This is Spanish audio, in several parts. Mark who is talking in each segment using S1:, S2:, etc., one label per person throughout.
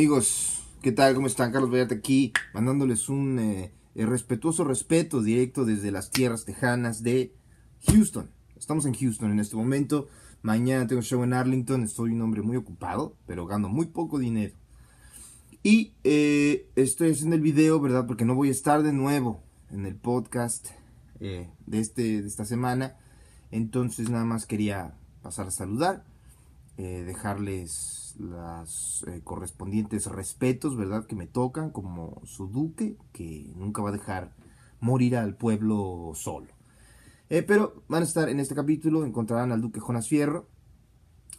S1: Amigos, ¿qué tal? ¿Cómo están? Carlos Vallarta aquí, mandándoles un eh, eh, respetuoso respeto directo desde las tierras tejanas de Houston. Estamos en Houston en este momento. Mañana tengo show en Arlington. Soy un hombre muy ocupado, pero gano muy poco dinero. Y eh, estoy haciendo el video, ¿verdad? Porque no voy a estar de nuevo en el podcast eh, de, este, de esta semana. Entonces nada más quería pasar a saludar, eh, dejarles los correspondientes respetos, ¿verdad? Que me tocan como su duque, que nunca va a dejar morir al pueblo solo. Eh, pero van a estar en este capítulo, encontrarán al duque Jonas Fierro,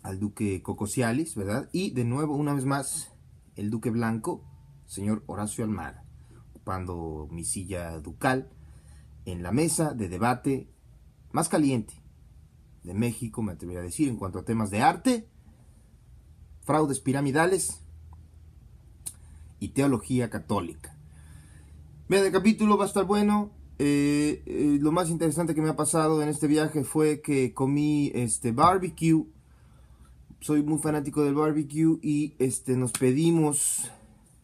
S1: al duque Cocosialis, ¿verdad? Y de nuevo, una vez más, el duque blanco, señor Horacio Almada, ocupando mi silla ducal en la mesa de debate más caliente de México, me atrevería a decir, en cuanto a temas de arte, fraudes piramidales y teología católica. Vean, el capítulo va a estar bueno, eh, eh, lo más interesante que me ha pasado en este viaje fue que comí este barbecue. Soy muy fanático del barbecue y este nos pedimos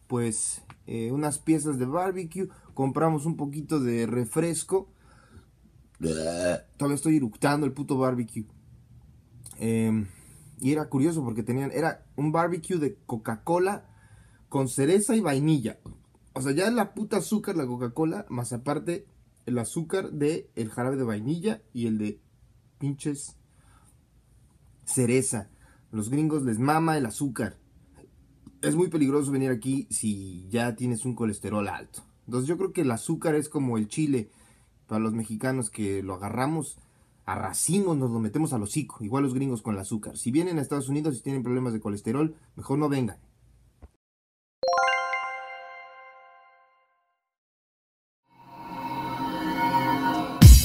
S1: pues eh, unas piezas de barbecue, compramos un poquito de refresco. Todavía estoy eructando el puto barbecue. Eh, y era curioso porque tenían era un barbecue de Coca-Cola con cereza y vainilla. O sea, ya es la puta azúcar la Coca-Cola, más aparte el azúcar de el jarabe de vainilla y el de pinches cereza. Los gringos les mama el azúcar. Es muy peligroso venir aquí si ya tienes un colesterol alto. Entonces yo creo que el azúcar es como el chile para los mexicanos que lo agarramos a racimos, nos lo metemos al hocico. Igual los gringos con el azúcar. Si vienen a Estados Unidos y tienen problemas de colesterol, mejor no vengan.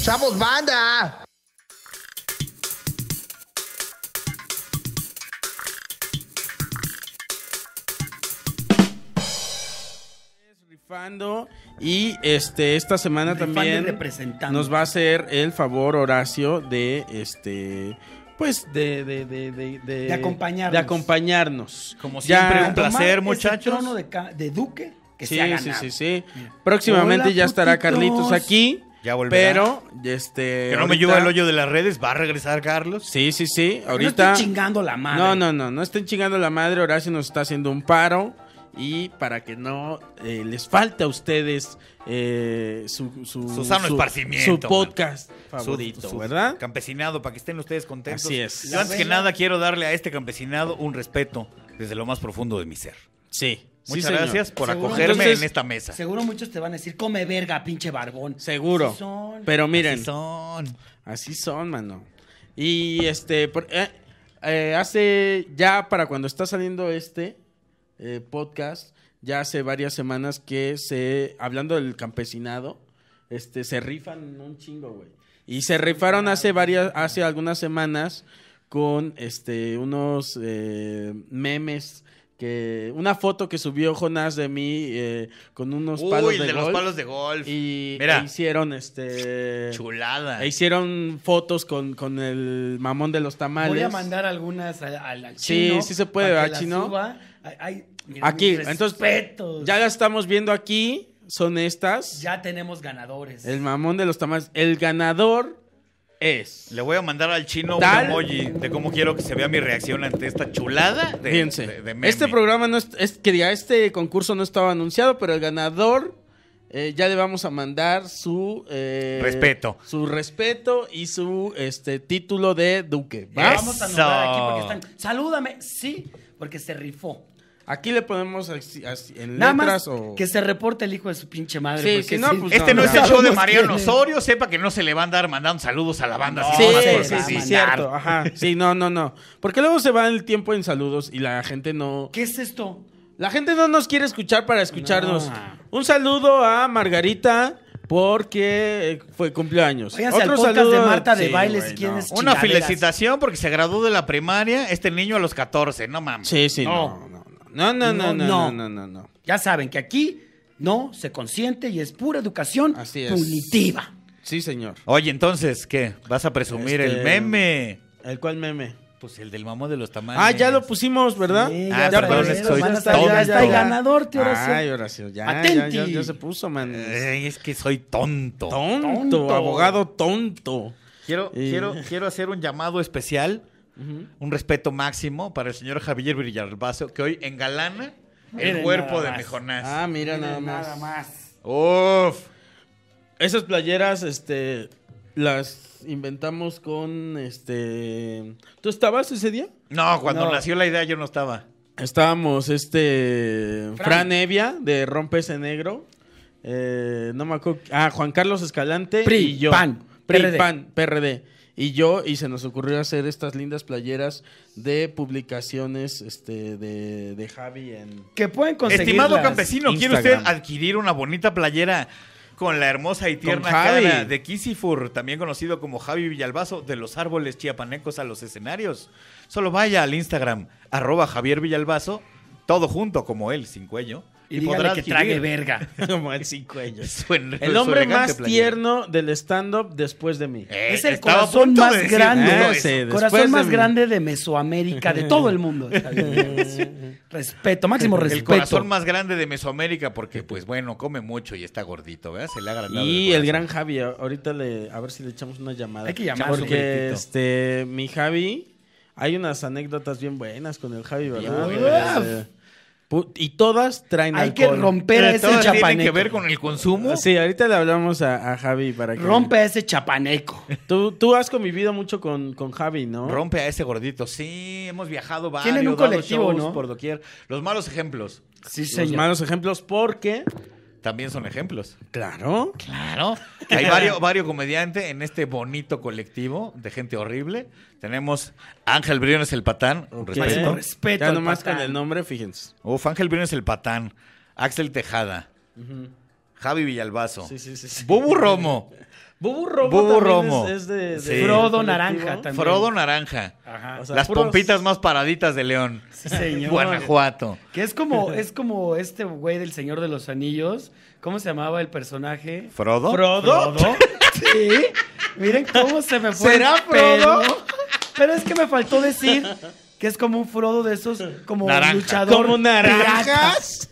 S2: ¡Chavos, banda!
S3: Rifando y este esta semana
S4: Rifando y
S3: también
S4: representando.
S3: nos va a hacer el favor Horacio de este pues de de de de,
S4: De acompañarnos.
S3: de acompañarnos.
S5: Como siempre,
S3: Ya-
S5: un placer.
S4: Tomar este
S5: muchachos.
S4: trono de, ca- de duque que
S3: Sí,
S4: se ha
S3: sí,
S4: ganado.
S3: sí, sí. Próximamente
S4: Hola,
S3: ya estará
S4: putitos.
S3: Carlitos aquí.
S5: Ya volverá.
S3: Pero este
S5: Que no me
S3: ahorita-
S5: lleva el hoyo de las redes, va a regresar Carlos.
S3: Sí, sí, sí.
S4: No
S3: Ahorita
S4: estoy chingando la madre.
S3: No, no, no, no estén chingando la madre, Horacio nos está haciendo un paro y para que no eh, les falte a ustedes eh, su, su,
S5: Su sano esparcimiento,
S3: su
S5: man.
S3: podcast
S5: Su-
S3: favorito,
S5: su
S3: ¿verdad?
S5: Campesinado, para que estén ustedes contentos.
S3: Así es.
S5: Yo antes que nada quiero darle a este campesinado un respeto desde lo más profundo de mi ser.
S3: Sí. sí,
S5: Muchas
S3: señor.
S5: gracias por
S4: Seguro.
S5: acogerme
S3: Entonces,
S5: en esta mesa.
S4: Seguro muchos te van a decir, come verga, pinche barbón.
S3: Seguro.
S4: Así son.
S3: Pero miren,
S5: Así
S3: así son,
S5: son.
S3: mano. Y este, por- eh, eh, hace ya para cuando está saliendo este eh, podcast, ya hace varias semanas que se, hablando del campesinado, este, se rifan un chingo, güey. Y se rifaron hace varias, hace algunas semanas con este unos eh, memes que una foto que subió Jonás de mí eh, con unos palos
S5: Uy,
S3: de,
S5: de los
S3: golf.
S5: palos de golf.
S3: Y
S5: Mira.
S3: e hicieron este.
S5: Chulada.
S3: e hicieron fotos con, con el mamón de los tamales.
S4: Voy a mandar algunas al, al- al
S3: Sí,
S4: chino.
S3: sí se puede,
S4: para que
S3: al
S4: las
S3: chino.
S4: suba. Ay, ay, mira,
S3: Aquí,
S4: mis
S3: entonces.
S4: respetos.
S3: Ya la estamos viendo aquí. Son estas.
S4: Ya tenemos ganadores.
S3: El mamón de los tamales. El ganador es.
S5: Le voy a mandar al chino un
S3: Tal.
S5: emoji de cómo quiero que se vea mi reacción ante esta chulada de,
S3: Fíjense.
S5: de- de meme.
S3: este programa no es, es que ya este concurso no estaba anunciado, pero el ganador. eh, ya le vamos a mandar su eh,
S5: Respeto.
S3: su respeto y su este título de duque.
S4: La
S3: ¿va?
S5: Yes.
S4: vamos a nombrar aquí
S5: Eso.
S4: porque están. Salúdame, sí, porque se rifó.
S3: Aquí le ponemos así- así en
S4: Nada
S3: letras
S4: más
S3: o
S4: que se reporte el hijo de su pinche madre.
S3: Sí,
S4: porque
S3: si no, pues
S5: Este no, es
S3: ya.
S5: el show de
S4: Sabemos
S5: Mariano
S4: quién es.
S5: Osorio, sepa que no se le van a andar mandando saludos a la banda. así
S3: Sí,
S5: nomás
S3: sí,
S5: por
S3: sí, sí,
S5: mandar.
S3: cierto. Ajá. Sí, no, no, no. Porque luego se va el tiempo en saludos y la gente no.
S4: ¿Qué es esto?
S3: La gente no nos quiere escuchar para escucharnos.
S4: No.
S3: Un saludo a Margarita porque eh, fue cumpleaños.
S4: Váyanse al podcast de Marta de Baile si
S3: güey,
S4: quieren
S3: no.
S4: escuchar.
S5: Una
S4: Chingaderas.
S5: felicitación porque se graduó de la primaria este niño a los 14, no mames.
S3: Sí, sí, no.
S4: No.
S3: No, no, no, no,
S4: No,
S3: no,
S4: no.
S3: no, no, no.
S4: Ya saben que aquí no se consiente y es pura educación
S3: Así es.
S4: punitiva.
S3: Sí, señor.
S5: Oye, entonces, ¿qué? ¿Vas a presumir
S3: Este-
S5: el meme?
S3: ¿El cual meme?
S5: Pues el del mamón de los tamales.
S3: Ah, ya lo pusimos, ¿verdad?
S4: Sí,
S5: Ah,
S3: ya
S5: perdón,
S3: apareció.
S5: es que soy
S3: Ya está,
S5: tonto.
S3: ya, ya,
S4: Ay,
S3: ya.
S4: ganador, tío, ahora
S3: Ay,
S4: sí.
S3: Horacio, ya, ya,
S4: Atenti.
S3: ya, ya se puso, man.
S5: Ay, es que soy tonto.
S3: Tonto,
S4: Tonto.
S3: abogado tonto.
S5: Quiero,
S3: Y-
S5: quiero, quiero hacer un llamado especial, un respeto máximo para el señor Javier Villalbazo, que hoy engalana el
S4: Miren
S5: cuerpo
S4: nada
S5: de
S4: más.
S5: mi Jonás.
S3: Ah, mira nada más.
S4: más.
S5: Uf.
S3: Esas playeras, este, las inventamos con, este... ¿Tú estabas ese día?
S5: No, cuando
S4: No.
S5: nació la idea yo no estaba.
S3: Estábamos, este, Fran,
S4: Fran.
S3: Evia, de Rompe ese Negro. eh, no me acuerdo. Ah, Juan Carlos Escalante
S4: PRI,
S3: y yo.
S4: PAN,
S3: PRI,
S4: PRD.
S3: PAN, PRD. Y yo, y se nos ocurrió hacer estas lindas playeras de publicaciones este, de, de Javi en...
S4: Que pueden conseguir.
S5: Estimado
S4: las-
S5: campesino, ¿quiere usted
S3: Instagram.
S5: adquirir una bonita playera con la hermosa y tierna
S3: Javi.
S5: cara de Kisifur, también conocido como Javi Villalbazo, de los árboles chiapanecos a los escenarios? Solo vaya al Instagram, arroba Javier Villalbazo, todo junto como él, sin cuello.
S4: Y, dígale que trague verga.
S3: Como el cinco ellos.
S5: su-
S3: El
S5: su
S3: hombre
S5: elegante
S3: más
S5: playera.
S3: tierno del stand-up después de mí.
S5: Eh,
S4: Es el
S5: estaba a
S4: corazón
S5: punto de
S4: más
S5: decir,
S4: grande.
S5: ¿no?
S4: Ah,
S5: Eso.
S3: sí. Después de
S4: Corazón más
S3: mí.
S4: grande de Mesoamérica, de todo el mundo. Está bien. respeto, máximo respeto.
S5: El corazón más grande de Mesoamérica, porque, pues bueno, come mucho y está gordito, ¿verdad? Se le ha agrandado.
S3: Y el
S5: corazón.
S3: gran Javi, ahorita le, a ver si le echamos una llamada.
S4: Hay que llamarlo.
S3: Porque
S5: Echamos un
S3: este, mi Javi, hay unas anécdotas bien buenas con el Javi, ¿verdad?
S5: Bien buenas.
S3: Este, pu- y todas traen
S4: Hay que
S3: alcohol. Eh,
S4: romper a
S5: Pero
S4: ese
S5: todo tiene que
S4: chapaneco.
S5: ver con el consumo.
S3: Sí, ahorita le hablamos a, a Javi para que...
S4: Rompe a ese chapaneco.
S3: Tú, tú has convivido mucho con, con Javi, ¿no?
S5: Rompe a ese gordito. Sí, hemos viajado varios.
S4: Tienen un
S5: dado
S4: colectivo,
S5: shows
S4: ¿no?
S5: Por doquier. Los malos ejemplos
S4: Sí,
S3: Los malos ejemplos porque...
S5: también son ejemplos.
S3: Claro.
S5: Claro. Hay varios varios comediantes en este bonito colectivo de gente horrible. Tenemos Ángel Briones el Patán. un
S3: Ok.
S5: respeto.
S4: respeto
S3: Ya
S4: al
S3: nomás
S4: patán.
S3: con el nombre, fíjense.
S5: Uf, Ángel Briones el Patán. Axel Tejada. Javi Villalbazo.
S3: Sí, sí, sí. sí.
S5: Bubu Romo.
S3: Bubu Romo.
S5: Bubu
S3: también
S5: Romo.
S3: Es, es de, de-
S5: Sí.
S4: Frodo
S3: colectivo.
S4: Naranja también. Ah,
S5: Frodo Naranja.
S4: Ajá.
S3: O sea,
S5: Las
S3: puros-
S5: pompitas más paraditas de León.
S4: Sí, señor.
S5: Guanajuato.
S4: Que es como, es como este güey del Señor de los Anillos. ¿Cómo se llamaba el personaje?
S5: ¿Frodo?
S3: ¿Frodo?
S4: Sí. Miren cómo se me fue. el
S3: ¿Será Frodo?
S4: pedo. Pero es que me faltó decir que es como un Frodo de esos, como
S5: Naranja.
S4: luchador.
S3: Como
S4: pirata.
S3: naranjas.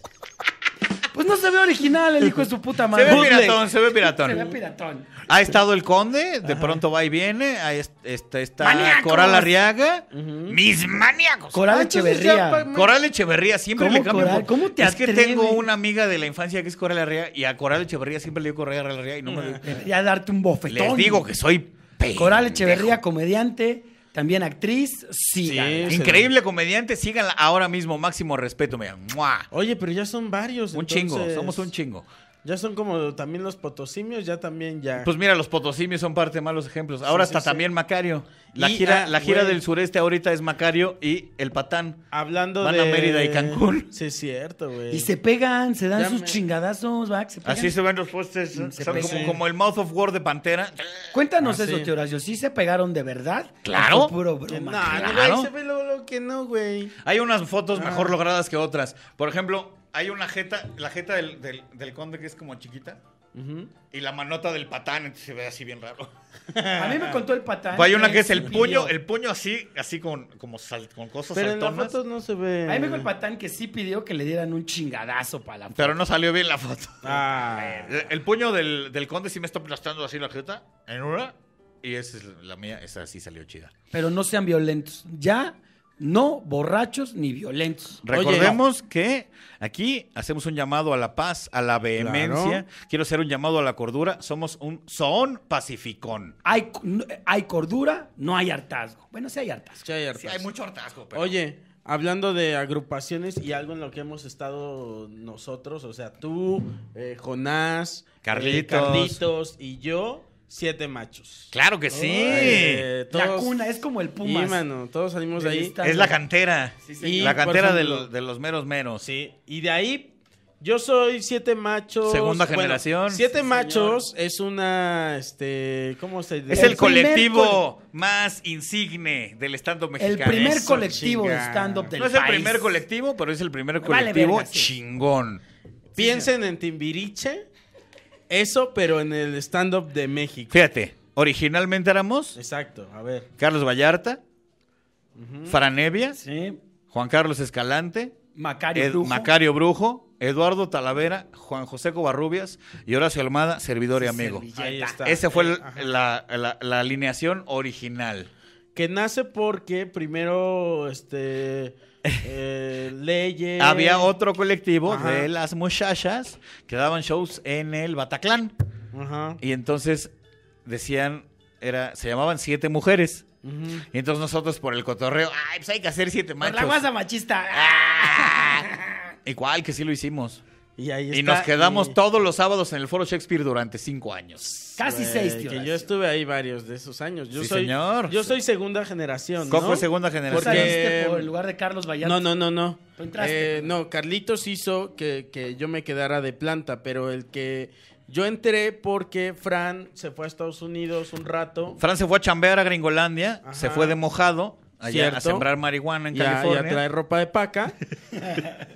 S4: Pues no se ve original el hijo de su puta
S5: Se
S4: madre.
S5: ve
S3: Bootleg.
S5: piratón, se ve
S4: Se ve
S5: piratón.
S4: piratón.
S5: Ha estado el conde, de pronto va y viene. Ahí es- está, está
S4: ¡Maníacos!
S5: Coral Arriaga. Mis maníacos.
S4: Coral
S3: Ah, entonces ya
S4: Echeverría.
S3: pa-
S5: Coral Echeverría siempre
S4: ¿Cómo
S5: le cambio.
S4: Coral? ¿Cómo te
S5: Es que tengo
S4: atreves?
S5: una amiga de la infancia que es Coral Arriaga y a Coral Echeverría siempre le digo Coral Arriaga y no me
S4: Debería darte un bofetón.
S5: Les digo que soy pendejo.
S4: Pues Coral Echeverría, comediante, también actriz. Sí.
S3: Sí.
S5: Increíble comediante, síganla ahora mismo, máximo respeto, mira. ¡Mua!
S3: Oye, pero ya son
S4: Pues
S3: varios.
S5: Un
S3: entonces.
S5: chingo, somos un chingo.
S3: Ya son como también los potosimios, ya también ya.
S5: Pues mira, los potosimios son parte de malos ejemplos. Ahora
S3: Sí, sí,
S5: está
S3: sí.
S5: también Macario. La
S3: Y,
S5: gira,
S3: ah,
S5: la gira
S3: güey.
S5: del sureste ahorita es Macario y el patán.
S3: Hablando
S5: van
S3: de...
S5: a Mérida y Cancún.
S3: Sí, es cierto, güey.
S4: Y se pegan, se dan
S3: Ya
S4: sus
S3: me-
S4: chingadazos, va, que se pegan.
S5: Así se ven los postes. Son
S4: Se
S5: como,
S4: pegan.
S5: como el Mouth of War de Pantera.
S4: Cuéntanos
S3: Ah,
S4: eso,
S3: sí.
S4: tío Horacio. ¿Sí se pegaron de verdad?
S5: Claro.
S4: ¿O fue puro
S3: Que No,
S4: broma?
S3: güey,
S5: claro.
S3: se ve luego, luego que no, güey.
S5: Hay unas fotos mejor logradas que otras. Por ejemplo, hay una jeta, la jeta del, del- del conde que es como chiquita. Y la manota del patán, entonces se ve así bien raro. Pues
S4: A mí me contó el patán.
S5: hay una que es el
S4: sí
S5: puño,
S4: Ah, pidió.
S5: el puño así, así con, como sal- con cosas
S3: Pues Pero en las
S5: saltonas.
S3: fotos no se ve.
S4: A mí me dijo el patán que sí pidió que le dieran un chingadazo para la foto.
S5: Pero no salió bien la foto.
S3: Ah.
S5: El, el puño del, del conde sí me está aplastando así la jeta en una. Y esa es la mía, esa sí salió chida.
S4: Pero no sean violentos. Ya, no borrachos ni violentos.
S3: Oye,
S5: Recordemos que aquí hacemos un llamado a la paz, a la vehemencia. Quiero hacer un llamado a la cordura. Somos un son pacificón.
S4: Hay, no- hay cordura, no hay hartazgo. Bueno, sí hay hartazgo.
S3: Sí, hay hartas.
S5: Sí, hay mucho hartazgo, pero.
S3: Oye, hablando de agrupaciones y algo en lo que hemos estado nosotros, o sea, tú, eh, Jonás, eh,
S5: Carlitos.
S3: Carlitos y yo, siete machos.
S5: Claro que sí.
S3: Eh,
S4: La cuna es como el Pumas.
S3: Sí, mano, todos salimos de
S4: Del
S3: ahí.
S4: estado.
S5: es la cantera.
S3: señor.
S5: la
S3: Y, por
S5: cantera de,
S3: ejemplo-
S5: los- de los meros meros.
S3: Sí, y de ahí yo soy siete machos.
S5: Segunda
S3: Bueno,
S5: generación.
S3: Siete
S5: Sí,
S3: machos es una, este, ¿cómo se dice?
S5: Es el,
S4: El primer
S5: colectivo más insigne del stand-up
S4: El
S5: mexicano.
S4: primer
S3: Eso,
S4: colectivo de
S3: chinga.
S4: stand-up del
S5: No es el
S4: país.
S5: primer colectivo, pero es el primer
S4: Vale
S5: colectivo
S4: verga, sí.
S5: chingón.
S3: Piensen en Timbiriche, eso, pero en el stand-up de México.
S5: Fíjate, originalmente éramos
S3: Exacto, a ver.
S5: Carlos Vallarta, Franevia,
S4: Sí.
S5: Juan Carlos Escalante,
S4: Macario
S5: Ed-
S4: Brujo.
S5: Macario Brujo, Eduardo Talavera, Juan José Covarrubias y Horacio Almada, servidor y amigo.
S4: servilleta.
S3: Ahí está.
S5: Esa fue
S3: Eh,
S5: el-
S3: ajá.
S5: la, la- la alineación original.
S3: Que nace porque primero, este, eh, Leyes.
S5: Había otro colectivo
S3: Ajá.
S5: de las muchachas que daban shows en el Bataclan.
S3: Ajá.
S5: Y entonces decían, era, se llamaban siete mujeres.
S3: Ujú.
S5: Y entonces nosotros por el cotorreo, ay, pues hay que hacer siete
S4: Por
S5: machos.
S4: la guasa machista.
S3: Ah,
S5: Igual que sí lo hicimos.
S3: Y ahí
S5: Y
S3: está,
S5: nos quedamos
S3: y-
S5: todos los sábados en el Foro Shakespeare durante cinco años.
S4: Casi
S3: Güey,
S4: seis, tío.
S3: Que yo estuve ahí varios de esos años. Yo
S5: Sí,
S3: soy,
S5: señor.
S3: Yo soy segunda generación.
S5: Coco
S3: ¿no?
S5: es segunda
S4: Tú
S5: generación.
S4: saliste
S3: porque-
S4: por el lugar de Carlos Vallarta.
S3: No, no, no, no.
S4: Tú entraste,
S3: Eh,
S4: pero-
S3: no, Carlitos hizo que, que yo me quedara de planta, pero el que yo entré porque Fran se fue a Estados Unidos un rato.
S5: Fran se fue a chambear a Gringolandia,
S3: Ajá.
S5: se fue de mojado allá
S3: Cierto.
S5: a sembrar marihuana en
S3: y a, y a
S5: California.
S3: traer ropa de paca.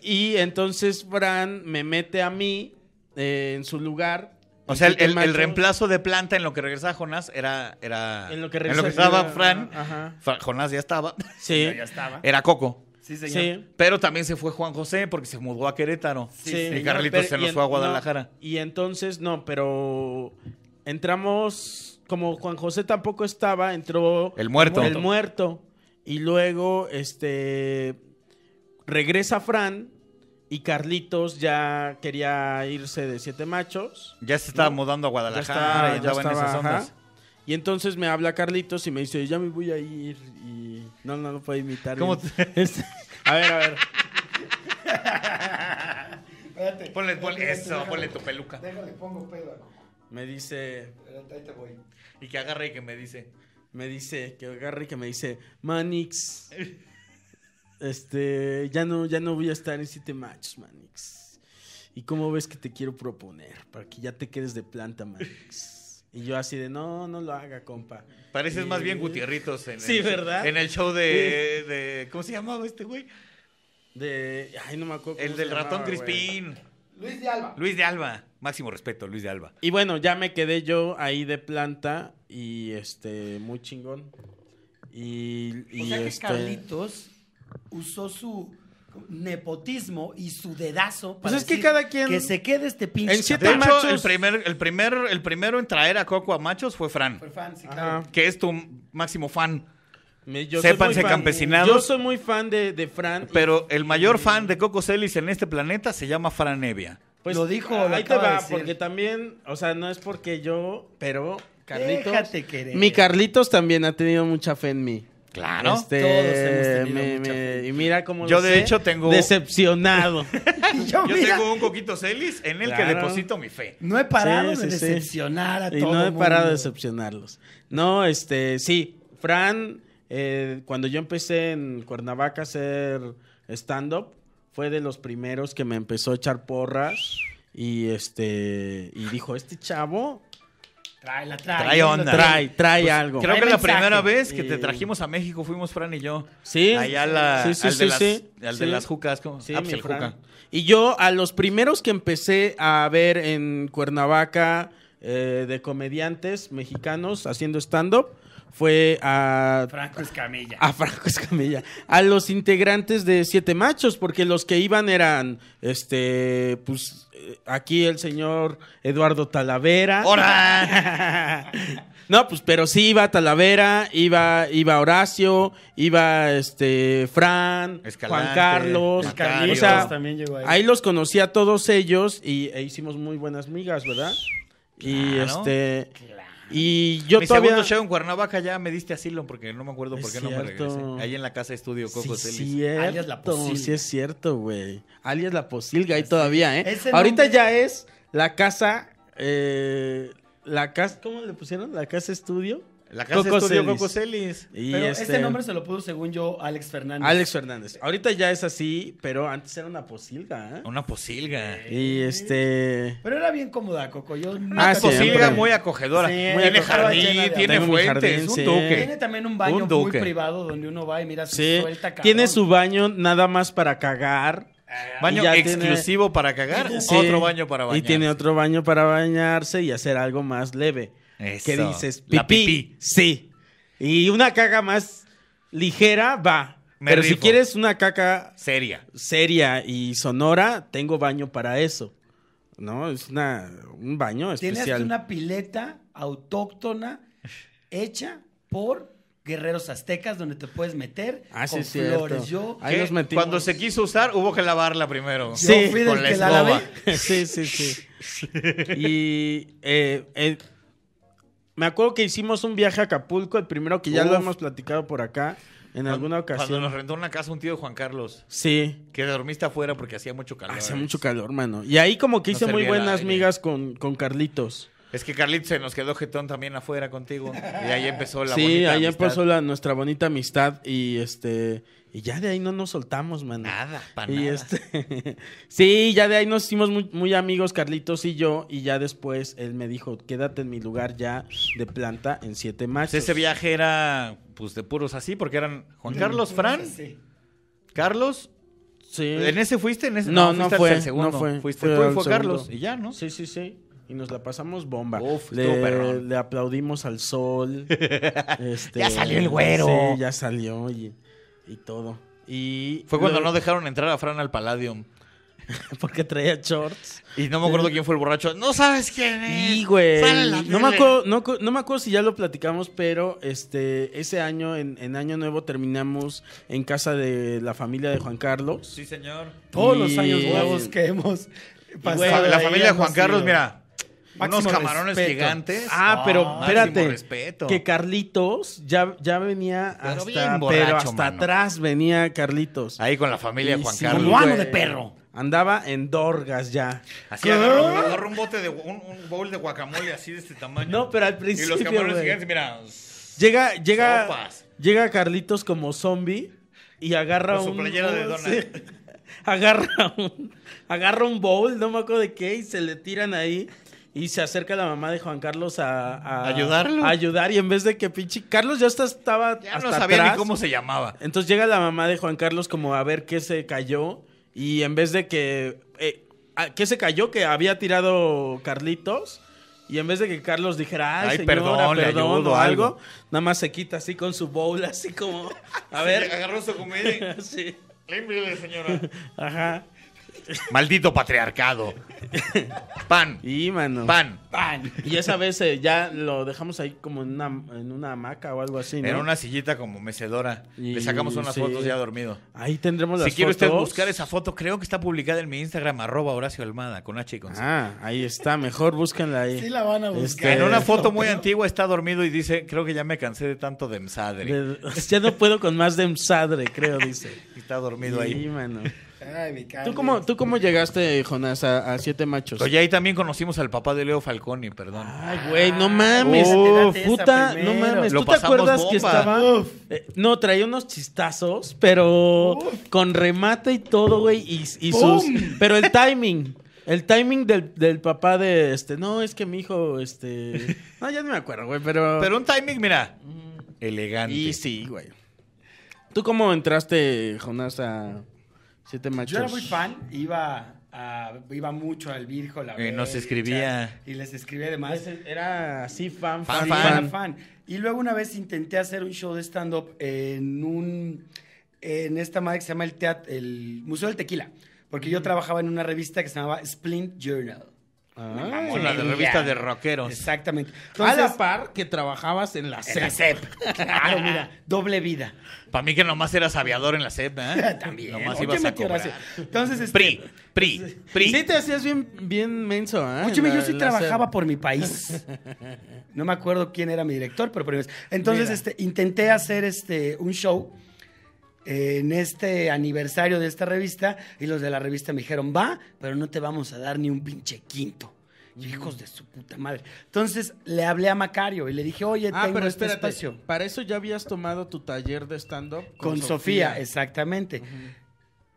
S3: y entonces Fran me mete a mí eh, en su lugar.
S5: O sea, el,
S3: Enrique
S5: el- el
S3: Macho.
S5: reemplazo de planta en lo que regresaba Jonás era, era
S3: En lo que regresaba-
S5: estaba Fran,
S3: Ajá.
S5: Fra- Jonás ya estaba,
S3: Sí,
S4: Ya estaba.
S5: era Coco.
S4: Sí,
S3: Eh, sí,
S4: señor.
S5: Pero también se fue Juan José porque se mudó a Querétaro.
S3: sí,
S5: y
S3: señor,
S5: Carlitos
S3: pero-
S5: se
S3: y
S5: nos
S3: en-
S5: fue a
S3: no,
S5: Guadalajara.
S3: y entonces, no, pero entramos, como Juan José tampoco estaba, entró...
S5: El muerto.
S3: El muerto. Y luego, este, regresa Fran y Carlitos ya quería irse de Siete Machos.
S5: Ya se estaba
S3: No,
S5: mudando a
S3: Ya
S5: Guadalajara
S3: estaba,
S5: y
S3: ya
S5: andaba en
S3: estaba,
S5: esas
S3: ajá.
S5: ondas.
S3: Y entonces me habla Carlitos y me dice, ya me voy a ir. Y no, no lo puedo imitar.
S5: ¿Cómo
S3: bien.
S5: te-
S3: Este- A ver, a ver.
S2: Espérate.
S5: Ponle, ponle eso, ponle tu peluca.
S2: Déjale, pongo pedo. a Coco.
S3: Me dice,
S2: Espérate, ahí te voy.
S5: Y que agarre y que me dice.
S3: me dice, que agarre y que me dice, Manix, este, ya no, ya no voy a estar en siete matches, Manix. ¿Y cómo ves que te quiero proponer? Para que ya te quedes de planta, Manix. Y yo así de, no, no lo haga, compa.
S5: Pareces
S3: Y-
S5: más bien Gutierritos en,
S3: Sí,
S5: el,
S3: ¿verdad?
S5: en el show de, de- ¿Cómo se llamaba este güey?
S3: De, ay, no me acuerdo.
S5: El
S3: cómo
S5: del
S3: se
S5: ratón
S3: llamaba, güey.
S5: Crispín.
S2: Luis de Alba.
S5: Luis de Alba. Máximo respeto, Luis de Alba.
S3: Y bueno, ya me quedé yo ahí de planta y este, muy chingón. Y, y
S4: O sea que
S3: este,
S4: Carlitos usó su nepotismo y su dedazo
S3: Pues
S4: para
S3: es que
S4: decir
S3: cada quien-
S4: que se quede este pinche
S3: En siete
S5: De
S4: cabrón.
S3: ma-
S5: hecho,
S3: Machos.
S5: el, primer, el, primer, el primero en traer a Coco a machos fue Fran,
S4: Por fan, sí,
S3: Ajá.
S4: claro.
S5: que es tu máximo fan.
S3: me- yo soy muy
S5: Sépanse
S3: fan-
S5: campesinados.
S3: Yo soy muy fan de, de Fran. y
S5: Pero el mayor fan de Coco Celis en este planeta se llama Fran Evia.
S4: Lo dijo, lo
S3: Pues, Ahí te
S4: acaba de
S3: va,
S4: decir.
S3: porque también, o sea, no es porque yo, pero Carlitos.
S4: Déjate querer.
S3: Mi Carlitos también ha tenido mucha fe en mí.
S5: Claro.
S3: Este,
S4: Ah, Todos hemos tenido
S3: me-
S4: mucha
S3: me-
S4: fe.
S3: Y mira cómo
S5: Yo,
S3: lo
S5: de
S3: sé,
S5: hecho, tengo-
S3: Decepcionado.
S4: Y yo,
S5: Yo
S4: mira,
S5: tengo un Coquito Celis en el que
S3: Claro.
S5: deposito mi fe.
S4: no he parado
S3: Sí,
S4: de
S3: sí, sí.
S4: decepcionar a
S3: y
S4: todo
S3: no he parado de
S4: mundo.
S3: decepcionarlos. No, este, sí. Fran, eh, cuando yo empecé en Cuernavaca a hacer stand-up, fue de los primeros que me empezó a echar porras. Y este, y dijo, este chavo
S4: Trae, la trae.
S5: Trae onda.
S3: trae, trae algo.
S5: Creo que la
S4: mensaje.
S5: primera vez que te
S3: Y-
S5: trajimos a México fuimos Fran y yo.
S3: Sí.
S5: Allá a la-
S3: Sí, sí,
S5: al de
S3: sí,
S5: las,
S3: sí.
S5: al de
S3: Sí.
S5: las jucas. ¿cómo?
S3: Sí,
S5: Ah,
S3: mi
S5: pues el
S3: Fran.
S5: juca.
S3: Y yo a los primeros que empecé a ver en Cuernavaca eh, de comediantes mexicanos haciendo stand-up fue a,
S4: Franco Escamilla.
S3: a Franco Escamilla, a los integrantes de Siete Machos, porque los que iban eran, este, pues eh, aquí el señor Eduardo Talavera.
S5: Oh, ¡Hora!
S3: No, pues, pero sí iba Talavera, iba, iba Horacio, iba este Fran,
S5: Escalante,
S3: Juan Carlos,
S4: El
S5: Macario.
S3: o
S4: Carlitos
S3: sea,
S4: también llegó ahí.
S3: ahí los conocí a todos ellos y e hicimos muy buenas migas, ¿verdad? Y
S5: Claro.
S3: este y yo
S5: mi
S3: todavía
S5: segundo show en Cuernavaca ya me diste asilo porque no me acuerdo por
S3: Es
S5: qué no me
S3: cierto.
S5: regresé. Ahí en la casa estudio Coco
S3: Sí,
S5: Celis.
S3: cierto,
S4: Alias La Posilga.
S3: Sí, es cierto, güey. Alias la posilga ahí todavía, ¿eh?
S4: Ese
S3: Ahorita
S4: nombre-
S3: ya es la casa. eh, la casa. ¿Cómo le pusieron? La casa estudio.
S5: La casa
S3: Coco
S5: estudio
S3: Celis.
S5: Coco Celis.
S3: Y
S4: Pero este nombre se lo puso, según yo, Alex Fernández.
S3: Alex Fernández. Ahorita ya es así, pero antes era una posilga, ¿eh?
S5: Una posilga.
S3: Y este.
S4: Pero era bien cómoda, Coco. Yo
S3: Ah,
S5: Una
S4: nunca
S3: sí,
S4: conocí-
S5: posilga
S3: siempre.
S5: muy acogedora.
S4: Sí,
S5: tiene
S4: acogedora, llena de-
S5: jardín, tiene
S3: Tengo mi
S5: fuentes,
S3: jardín, sí.
S5: un duque.
S4: Tiene también un baño
S5: Un
S4: muy
S5: duque.
S4: privado donde uno va y mira su
S3: ¿eh? Sí.
S4: suelta. cabrón.
S3: Tiene su baño nada más para cagar.
S5: Baño
S3: Y ya tiene-
S5: exclusivo para cagar,
S3: Sí.
S5: otro baño para bañar.
S3: Y tiene otro baño para bañarse y hacer algo más leve.
S5: Eso.
S3: ¿Qué dices?
S5: La
S3: Pipí.
S5: pipí.
S3: Sí. Y una caga más ligera, va.
S5: Me
S3: Pero si
S5: rifo.
S3: quieres una caca
S5: Seria.
S3: seria y sonora, tengo baño para eso. ¿No? Es una, un baño
S2: Tienes
S3: especial.
S2: una pileta autóctona hecha por guerreros aztecas donde te puedes meter
S3: Ah, sí,
S2: con
S3: es cierto.
S2: flores. Yo,
S3: Ahí
S5: Que
S3: nos metimos.
S5: Cuando se quiso usar, hubo que lavarla primero.
S2: yo
S3: Sí,
S2: fui
S5: con
S2: del
S5: la
S2: que la lavé.
S5: escoba.
S3: sí, sí, sí. Y eh, eh, me acuerdo que hicimos un viaje a Acapulco, el primero que ya lo
S5: Uf.
S3: hemos platicado por acá en alguna
S5: Cuando
S3: ocasión.
S5: nos rentó una casa un tío de Juan Carlos,
S3: Sí,
S5: que dormiste afuera porque hacía mucho calor.
S3: hacía mucho calor, mano. Y ahí como que
S5: No
S3: hice muy
S5: servía el
S3: buenas
S5: aire.
S3: migas con, con Carlitos.
S5: Es que Carlitos se nos quedó jetón también afuera contigo. Y ahí empezó la
S3: sí,
S5: bonita
S3: ahí
S5: amistad.
S3: empezó la, nuestra bonita amistad y este y ya de ahí no nos soltamos, mano.
S5: Nada, para
S3: Y
S5: nada.
S3: este, sí, ya de ahí nos hicimos muy, muy amigos Carlitos y yo, y ya después él me dijo, quédate en mi lugar ya de planta en siete machos.
S5: Pues ese viaje era pues de puros así, porque eran Juan Carlos, Fran,
S2: Sí.
S5: Carlos.
S3: Sí.
S5: ¿En ese fuiste? ¿En ese?
S3: No, no
S5: fuiste al-
S3: fue,
S5: al segundo.
S3: no fue.
S5: Fuiste
S3: Fue
S5: tú y
S3: al
S5: fue Carlos.
S3: segundo.
S5: Y ya, ¿no?
S3: Sí, sí, sí. Y nos la pasamos bomba.
S5: Uf, estuvo
S3: le,
S5: perrón.
S3: le aplaudimos al sol. este,
S5: Ya salió el güero.
S3: Sí, ya salió y, y todo. Y
S5: Fue cuando no
S3: luego-
S5: dejaron entrar a Fran al Palladium.
S3: porque traía shorts.
S5: Y no me acuerdo quién fue el borracho. No sabes quién es.
S3: Y, güey,
S5: Sale la
S3: no me,
S5: tele.
S3: acuerdo, no, cu- no me acuerdo si ya lo platicamos, pero este ese año, en, en Año Nuevo, terminamos en casa de la familia de Juan Carlos. Ah,
S5: Sí, señor.
S4: Todos
S3: Y-
S4: los años nuevos que hemos pasado.
S5: Güey, la
S4: ahí
S5: familia de
S4: hemos
S5: Juan Carlos,
S4: ido.
S5: mira.
S4: Máximo
S5: unos camarones
S4: respeto.
S5: gigantes.
S3: Ah, pero
S5: máximo
S3: espérate.
S5: respeto.
S3: Que Carlitos ya, ya venía
S5: Pero
S3: hasta,
S5: bien borracho,
S3: pero hasta
S5: mano.
S3: atrás venía Carlitos.
S5: Ahí con la familia de
S3: Y
S5: Juan
S3: sí,
S5: Carlos.
S2: Como amo
S3: güey.
S2: de perro.
S3: Andaba en Dorgas ya.
S5: Así agarró, agarró un bote de un, un bowl de guacamole así de este tamaño.
S3: No, pero al
S5: Y
S3: principio.
S5: los camarones
S3: güey.
S5: gigantes, mira.
S3: Llega, llega,
S5: Sopas.
S3: llega Carlitos como zombie y agarra
S5: Con su
S3: un.
S5: playera de Donald.
S3: sí. agarra un. Agarra un bowl, no me acuerdo de qué, y se le tiran ahí. Y se acerca la mamá de Juan Carlos a, a-
S5: Ayudarlo.
S3: a ayudar. Y en vez de que pinche. Carlos ya está- estaba.
S5: Ya
S3: hasta
S5: no sabía
S3: atrás.
S5: ni cómo se llamaba.
S3: Entonces llega la mamá de Juan Carlos como a ver qué se cayó. Y en vez de que. eh, ah, ¿Qué se cayó? Que había tirado Carlitos. Y en vez de que Carlos dijera, ay,
S5: Ay,
S3: perdón,
S5: perdón, le
S3: perdón
S5: ayudo
S3: o
S5: o
S3: algo,
S5: algo".
S3: nada más se quita así con su bowl, así como, a
S5: Sí,
S3: ver,
S5: Agarró su comida
S3: sí,
S5: y. Límpiale, señora.
S3: ajá.
S5: Maldito patriarcado. Pan.
S3: Y, mano.
S5: Pan.
S4: Pan.
S3: Y esa vez eh, ya lo dejamos ahí como en una, en una hamaca o algo así, ¿no?
S5: Era una sillita como mecedora.
S3: Y-
S5: Le sacamos unas
S3: sí.
S5: fotos ya dormido.
S3: Ahí tendremos las
S5: Si quiere usted
S3: fotos.
S5: buscar esa foto, creo que está publicada en mi Instagram, arroba Horacio Almada, con H y con C.
S3: Ah, ahí está, mejor búsquenla ahí.
S4: Sí la van a buscar.
S3: Este,
S5: en una foto muy antigua está dormido y dice, creo que ya me cansé de tanto de emsadre.
S3: de- ya no puedo con más de emsadre, creo, dice.
S5: Está dormido
S3: Sí,
S5: ahí.
S3: mano.
S2: Ay, mi Carlos.
S3: ¿Tú cómo, ¿Tú cómo llegaste, Jonás, a, a Siete Machos?
S5: Oye, ahí también conocimos al papá de Leo Falconi, perdón.
S3: Ay, güey, no mames.
S4: Date, date esa
S3: puta, no
S4: primero.
S3: mames.
S5: Lo
S3: ¿Tú te
S5: pasamos
S3: acuerdas que
S5: bomba.
S3: estaba? eh, no, traía unos chistazos, pero con remate y todo, güey. Y, y sus. Pero el timing. El timing del, del papá de este. No, es que mi hijo, este. No, ya no me acuerdo, güey, pero.
S5: Pero un timing, mira, elegante.
S3: y sí, güey. ¿Tú cómo entraste, Jonás, a Siete Machos?
S4: Yo era muy fan, iba, a- iba mucho al Virgo, la
S5: Eh, nos
S4: Verge,
S5: escribía.
S4: Y les escribía además.
S3: Era así, fan, fan,
S5: Fan,
S4: Sí,
S3: fan.
S4: era fan. Y luego una vez intenté hacer un show de stand-up en un. En esta madre que se llama el, teat- el Museo del Tequila. Porque
S5: Mm.
S4: yo trabajaba en una revista que se llamaba Splint Journal.
S3: Ah.
S5: Con la de
S4: Sí,
S5: revista
S4: ya.
S5: de rockeros.
S4: Exactamente.
S3: a la
S4: Entonces,
S3: par que trabajabas en la
S4: en la
S3: CEP.
S4: CEP. Claro, mira, doble vida.
S5: Para mí que nomás eras aviador en la SEP, ¿eh?
S4: También.
S5: Nomás
S4: Oye,
S5: ibas a
S4: Mateo,
S5: cobrar.
S4: gracias. Entonces, este,
S5: Pri, pri, pri.
S3: Sí te hacías bien, bien menso, ¿eh?
S4: Escúchame,
S3: En
S4: yo
S3: la-
S4: sí
S3: en la
S4: trabajaba
S3: SEP.
S4: por mi país. No me acuerdo quién era mi director, pero por mi país. Entonces,
S3: Mira.
S4: este, intenté hacer este, un show eh, en este aniversario de esta revista y los de la revista me dijeron, va, pero no te vamos a dar ni un pinche quinto. Y Hijos de su puta madre. Entonces le hablé a Macario y le dije, oye,
S3: Ah,
S4: tengo
S3: pero
S4: este
S3: espérate.
S4: espacio.
S3: Para eso ya habías tomado tu taller de stand-up
S4: Con, Sofía, exactamente.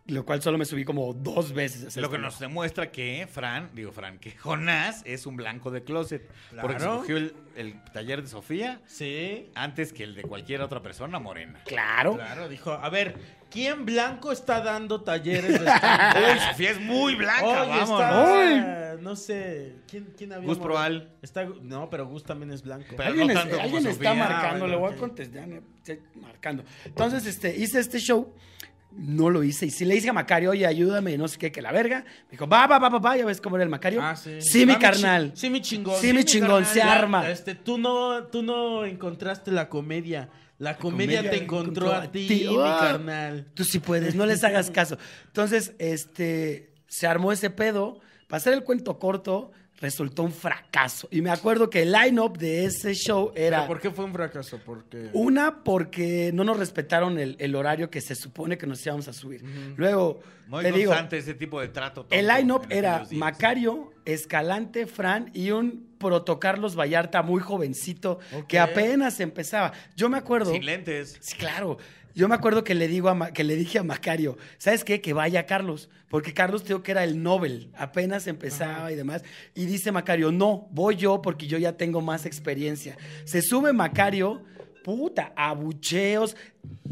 S4: Lo cual solo me subí como dos veces. a hacer este
S5: Lo que
S4: stand-up.
S5: nos demuestra que Fran, digo Fran, que Jonás es un blanco de closet. Porque
S3: Claro.
S5: escogió el, el taller de Sofía
S3: Sí.
S5: antes que el de cualquier otra persona morena.
S4: Claro.
S3: Claro, dijo, a ver, ¿Quién blanco está dando talleres de stand-up?
S5: Uy, Sofía es muy
S4: Ah,
S5: blanca,
S3: Hoy
S5: vamos.
S3: está, no sé, ¿quién, quién había?
S5: Gus
S3: mor-
S5: Proal.
S3: Está, Gu- no, pero Gus también es blanco.
S5: Pero-
S4: Alguien,
S5: no
S4: es-
S5: tanto como
S4: alguien está
S5: Sofía.
S4: marcando,
S3: Ah,
S4: le voy a
S3: ok.
S4: contestar, me estoy marcando. Entonces, este, hice este show, no lo hice. Y si le dije a Macario, oye, ayúdame, no sé qué, que la verga. Me dijo, va, va, va, va, va, ya ves cómo era el Macario.
S3: Ah, sí.
S4: mi
S3: Ah, chi-
S4: carnal.
S3: Sí, mi chingón.
S4: Sí, mi chingón,
S3: carnal.
S4: se
S3: La-
S4: arma.
S3: Este, tú no, tú no encontraste la comedia. La comedia,
S4: comedia
S3: te
S4: me
S3: encontró,
S4: encontró
S3: a
S4: a
S3: ti,
S4: ti.
S3: mi
S4: Ah.
S3: carnal.
S4: Tú sí puedes, no les hagas caso. Entonces, este, se armó ese pedo. Para hacer el cuento corto, resultó un fracaso. Y me acuerdo que el line-up de ese show
S3: Pero
S4: era...
S3: ¿Por qué fue un fracaso? Porque
S4: Una, porque no nos respetaron el, el horario que se supone que nos íbamos a subir. Luego,
S5: Muy
S4: te digo,
S5: constante ese tipo de trato. tonto
S4: el line-up
S5: en
S4: era
S5: aquellos días.
S4: Macario, Escalante, Fran y un protocarlos Vallarta muy jovencito que
S3: Ok.
S4: apenas empezaba. Yo me acuerdo...
S5: Sin lentes.
S4: Sí, claro. Yo me acuerdo que le, digo a Ma- que le dije a Macario, ¿sabes qué? Que vaya Carlos, porque Carlos creo que era el Nobel, apenas empezaba y demás. Y dice Macario, no, voy yo porque yo ya tengo más experiencia. Se sube Macario, puta, abucheos,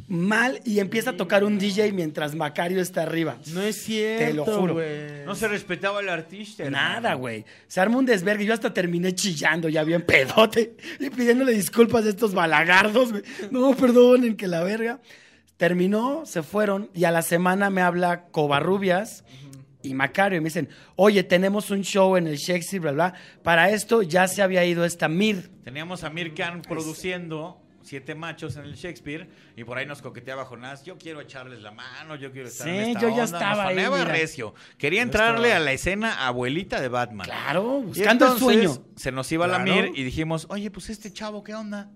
S4: mal, y empieza a tocar un DJ mientras Macario está arriba.
S3: no es cierto.
S4: Te lo juro.
S3: güey.
S5: No se respetaba al artista. hermano.
S4: Nada, güey. Se armó un desvergue. Yo hasta terminé chillando ya bien pedote y pidiéndole disculpas a estos balagardos, güey. No, perdonen, que la verga. Terminó, se fueron y a la semana me habla Covarrubias y Macario y me dicen, oye, tenemos un show en el Shakespeare, bla, bla. Para esto ya se había ido esta Mir.
S5: Teníamos a Mirkan produciendo siete machos en el Shakespeare y por ahí nos coqueteaba Jonás. Yo quiero echarles la mano, yo quiero estar en
S4: Sí,
S5: esta
S4: yo ya
S5: onda".
S4: estaba
S5: nos
S4: ahí,
S5: sonaba
S4: mira.
S5: recio. Quería entrarle
S3: estaba.
S5: a la escena abuelita de Batman.
S4: Claro,
S5: Y
S4: buscando el
S5: entonces,
S4: sueño.
S5: Se nos iba la
S3: Claro.
S5: Mir y dijimos, oye, pues este chavo, ¿qué onda?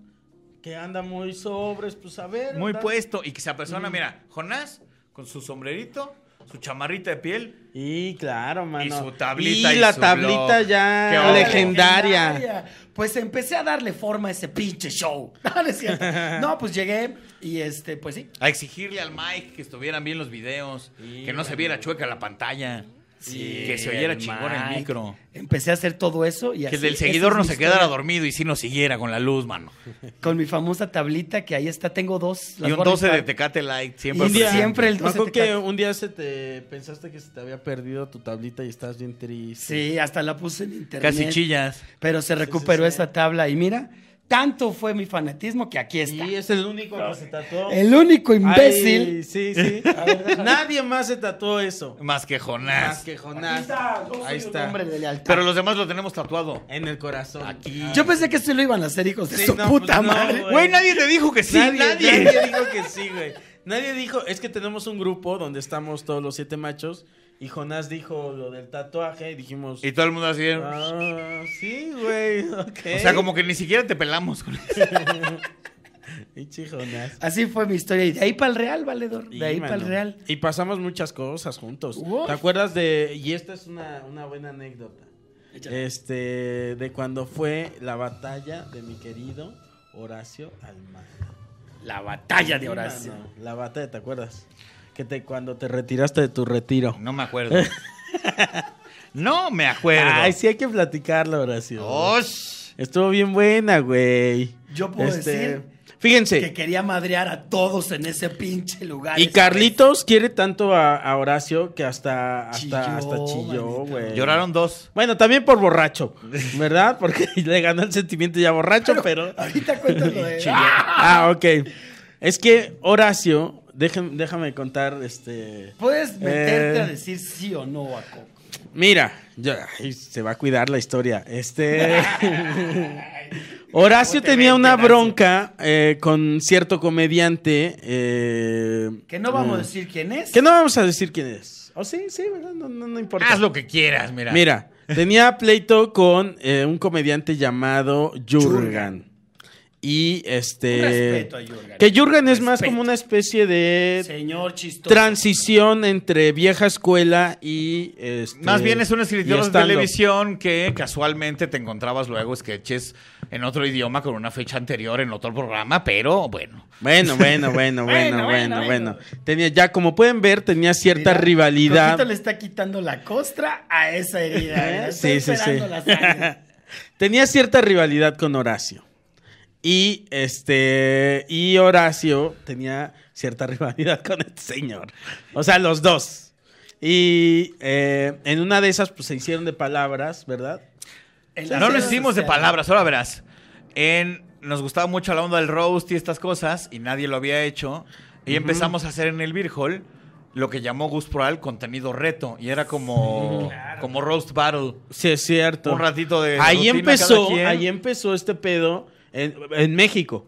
S3: Que anda muy sobres, pues a ver.
S5: Muy
S3: anda-
S5: puesto. Y que esa persona, mira, Jonás con su sombrerito, su chamarrita de piel,
S3: Y claro, mano.
S5: Y su tablita
S3: Y
S5: y
S3: la
S5: su
S3: tablita
S5: blog. Qué
S3: ya
S5: bárbaro.
S3: legendaria.
S4: Pues empecé a darle forma a ese pinche show. No, no es cierto. No, pues llegué y este, pues sí.
S5: A exigirle al Mike que estuvieran bien los videos, que no se viera chueca la pantalla, que se oyera
S4: el
S5: chingón el
S4: mic.
S5: micro.
S4: Empecé a hacer todo eso y
S5: Que
S4: así,
S5: el del
S4: esa
S5: seguidor
S4: es
S5: no
S4: mi
S5: se quedara
S4: historia.
S5: dormido y sí nos siguiera con la luz, mano.
S4: Con mi famosa tablita que ahí está, tengo dos. las
S5: Y un
S4: voy a
S5: 12 de
S4: rifar.
S5: Tecate Light, siempre.
S4: Y un día-
S5: presente.
S4: siempre el
S3: Me acuerdo
S4: 12 te
S3: que
S4: cae.
S3: un día se te pensaste que se te había perdido tu tablita y estás bien triste.
S4: Sí, hasta la puse en internet.
S5: Casi chillas.
S4: Pero se recuperó esa tabla y mira, tanto fue mi fanatismo que aquí está.
S3: Y es el único que se tatuó.
S4: El único
S3: Ay,
S4: imbécil.
S3: sí, sí. A ver, déjame. Nadie más se tatuó eso.
S5: Más que
S3: Más
S5: Jonás.
S3: que Jonás. Ahí está.
S4: Hombre de lealtad.
S5: Pero los demás lo tenemos tatuado.
S3: En el corazón.
S5: Aquí.
S4: Yo pensé que sí lo iban a hacer hijos de
S3: Sí,
S4: su
S3: no,
S4: puta
S3: pues no,
S4: madre.
S3: güey.
S5: Güey, nadie te dijo que sí, nadie.
S3: nadie dijo que sí, güey. Nadie dijo, es que tenemos un grupo donde estamos todos los siete machos y Jonás dijo lo del tatuaje y dijimos,
S5: Y todo el mundo así.
S3: ah, sí, güey, ok.
S5: O sea, como que ni siquiera te pelamos. con eso.
S3: Pinche Jonás.
S4: Así fue mi historia. Y de ahí para el real, valedor. De ahí
S3: Y,
S4: para el
S3: mano,
S4: real.
S3: Y pasamos muchas cosas juntos.
S4: Uf.
S3: ¿Te acuerdas de.? Y esta es una, una buena anécdota.
S4: Échala.
S3: Este. De cuando fue la batalla de mi querido Horacio Almada.
S4: La batalla
S3: Sí,
S4: de Horacio.
S3: mano, La batalla, ¿te acuerdas? Que te, cuando te retiraste de tu retiro.
S5: No me acuerdo. No me acuerdo.
S3: Ay, sí hay que platicarla, Horacio.
S5: Osh.
S3: Estuvo bien buena, güey. Este,
S4: Yo puedo decir
S3: Fíjense.
S4: Que quería madrear a todos en ese pinche lugar.
S3: Y
S4: Esa
S3: Carlitos quiere tanto a, a Horacio que hasta hasta
S4: Chilló,
S3: hasta chilló,
S4: manita.
S3: güey.
S5: Lloraron dos.
S3: Bueno, también por borracho, ¿verdad? Porque le ganó el sentimiento ya borracho, pero.
S4: Ahorita cuento lo de.
S3: Ah, ok. Es que Horacio, déjame, déjame contar, este.
S4: Puedes meterte
S3: Eh.
S4: a decir sí o no a Coco.
S3: Mira, yo- ay, se va a cuidar la historia. Este. Horacio tenía una bronca eh, con cierto comediante. eh,
S4: Que no vamos a
S3: eh,
S4: decir quién es.
S3: Que no vamos a decir quién es. Oh, sí, sí, ¿verdad? No, no, no importa.
S5: Haz lo que quieras, mira.
S3: Mira, tenía pleito con eh, un comediante llamado Jurgen. Y este.
S4: Un respeto a Jürgen.
S3: Que Jurgen es más
S4: Respeto.
S3: como una especie de
S4: Señor chistoso.
S3: transición entre vieja escuela y. este,
S5: Más bien es un
S3: y
S5: escritor de
S3: stand-up.
S5: televisión que casualmente te encontrabas luego sketches en otro idioma con una fecha anterior en otro programa, pero bueno.
S3: Bueno, bueno, bueno, bueno,
S4: Bueno,
S3: bueno,
S4: bueno,
S3: bueno. Tenía, ya como pueden ver, tenía cierta
S4: Mira,
S3: rivalidad.
S4: Coquito le está quitando la costra a esa herida.
S3: ¿Eh?
S4: ¿eh? Está
S3: Sí, sí, sí.
S4: esperando la sangre.
S3: Tenía cierta rivalidad con Horacio. Y este y Horacio tenía cierta rivalidad con este señor. O sea, los dos. Y eh, en una de esas pues, se hicieron de palabras, ¿verdad?
S2: En las
S5: No lo
S2: redes
S5: hicimos de
S2: sociales.
S5: palabras, ahora verás. En, nos gustaba mucho la onda del roast y estas cosas, y nadie lo había hecho. Y empezamos a hacer en el Beer Hall lo que llamó Gus Proal contenido reto. Y era como, como roast battle.
S3: Sí, es cierto.
S5: Un ratito de.
S3: Ahí
S5: rutina
S3: empezó,
S5: cada quien.
S3: ahí empezó este pedo en, en México.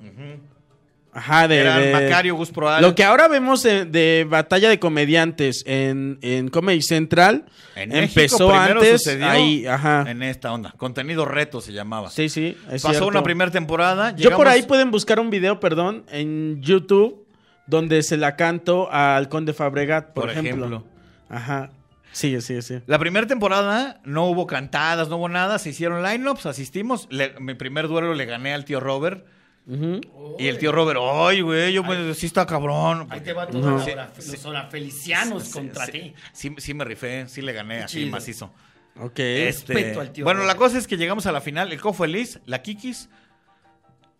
S3: Ajá, de,
S5: Era
S3: de-
S5: Macario, Gus Proal.
S3: Lo que ahora vemos de, de batalla de comediantes en, en Comedy Central
S5: En México
S3: empezó
S5: primero
S3: antes
S5: sucedió
S3: ahí, ajá.
S5: En esta onda. Contenido reto se llamaba.
S3: Sí, sí, es
S5: Pasó
S3: cierto.
S5: una primera temporada.
S3: Yo por
S5: llegamos-
S3: ahí pueden buscar un video, perdón, en YouTube donde se la canto al Conde Fabregat, por,
S5: Por
S3: ejemplo.
S5: ejemplo.
S3: Ajá. Sigue, sigue, sigue.
S5: La primera temporada no hubo cantadas, no hubo nada, se hicieron lineups, asistimos. Le- mi primer duelo le gané al tío Robert.
S3: Ujú.
S5: Y el tío Robert, ay, güey, yo pues, sí está cabrón.
S4: Ahí te va toda la
S5: Sí,
S4: hora-
S5: sí,
S4: los orafelicianos
S5: sí,
S4: contra
S5: sí,
S4: ti.
S5: Sí, sí me rifé, sí le gané, así
S4: chido.
S5: macizo.
S3: Ok.
S5: Este,
S4: Respeto al tío
S5: bueno, la
S4: Robert.
S5: cosa es que llegamos a la final. El Cofo Elis, la Kikis,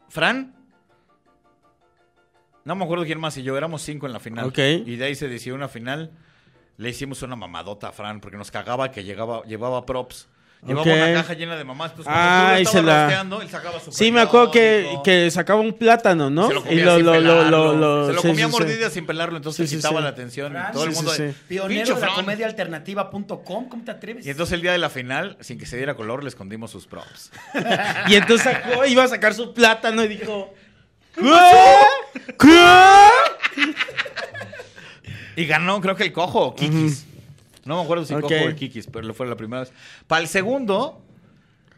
S5: Fran. No me acuerdo quién más y yo, éramos cinco en la final.
S3: Ok.
S5: Y de ahí se decidió una final. Le hicimos una mamadota a Fran porque nos cagaba que llegaba, llevaba props. Llevaba
S3: Ok.
S5: una caja llena de mamás. Entonces, cuando
S3: Ah,
S5: yo
S3: y
S5: estaba
S3: se la-
S5: rosteando, él sacaba su
S3: Sí, me acuerdo que,
S5: periódico.
S3: que sacaba un plátano, ¿no?
S5: Se lo comía sin pelarlo. Se lo
S3: sí,
S5: comía
S3: sí, sí.
S5: mordidas sin pelarlo, entonces
S3: Sí, sí,
S5: quitaba
S3: sí.
S5: la atención.
S2: Fran,
S5: y todo el
S3: sí,
S5: mundo
S3: sí,
S5: de,
S3: sí.
S2: Pionero
S5: "Pinche
S2: de la
S5: Fran".
S2: comediaalternativa.com, ¿cómo te atreves?
S5: Y entonces el día de la final, sin que se diera color, le escondimos sus props.
S3: Y entonces sacó, iba a sacar su plátano y dijo... ¿Qué? ¿Qué?
S5: Y ganó, creo que el cojo o Kikis. No me acuerdo si
S3: Ok.
S5: cojo o Kikis, pero fue la primera vez. Para el segundo,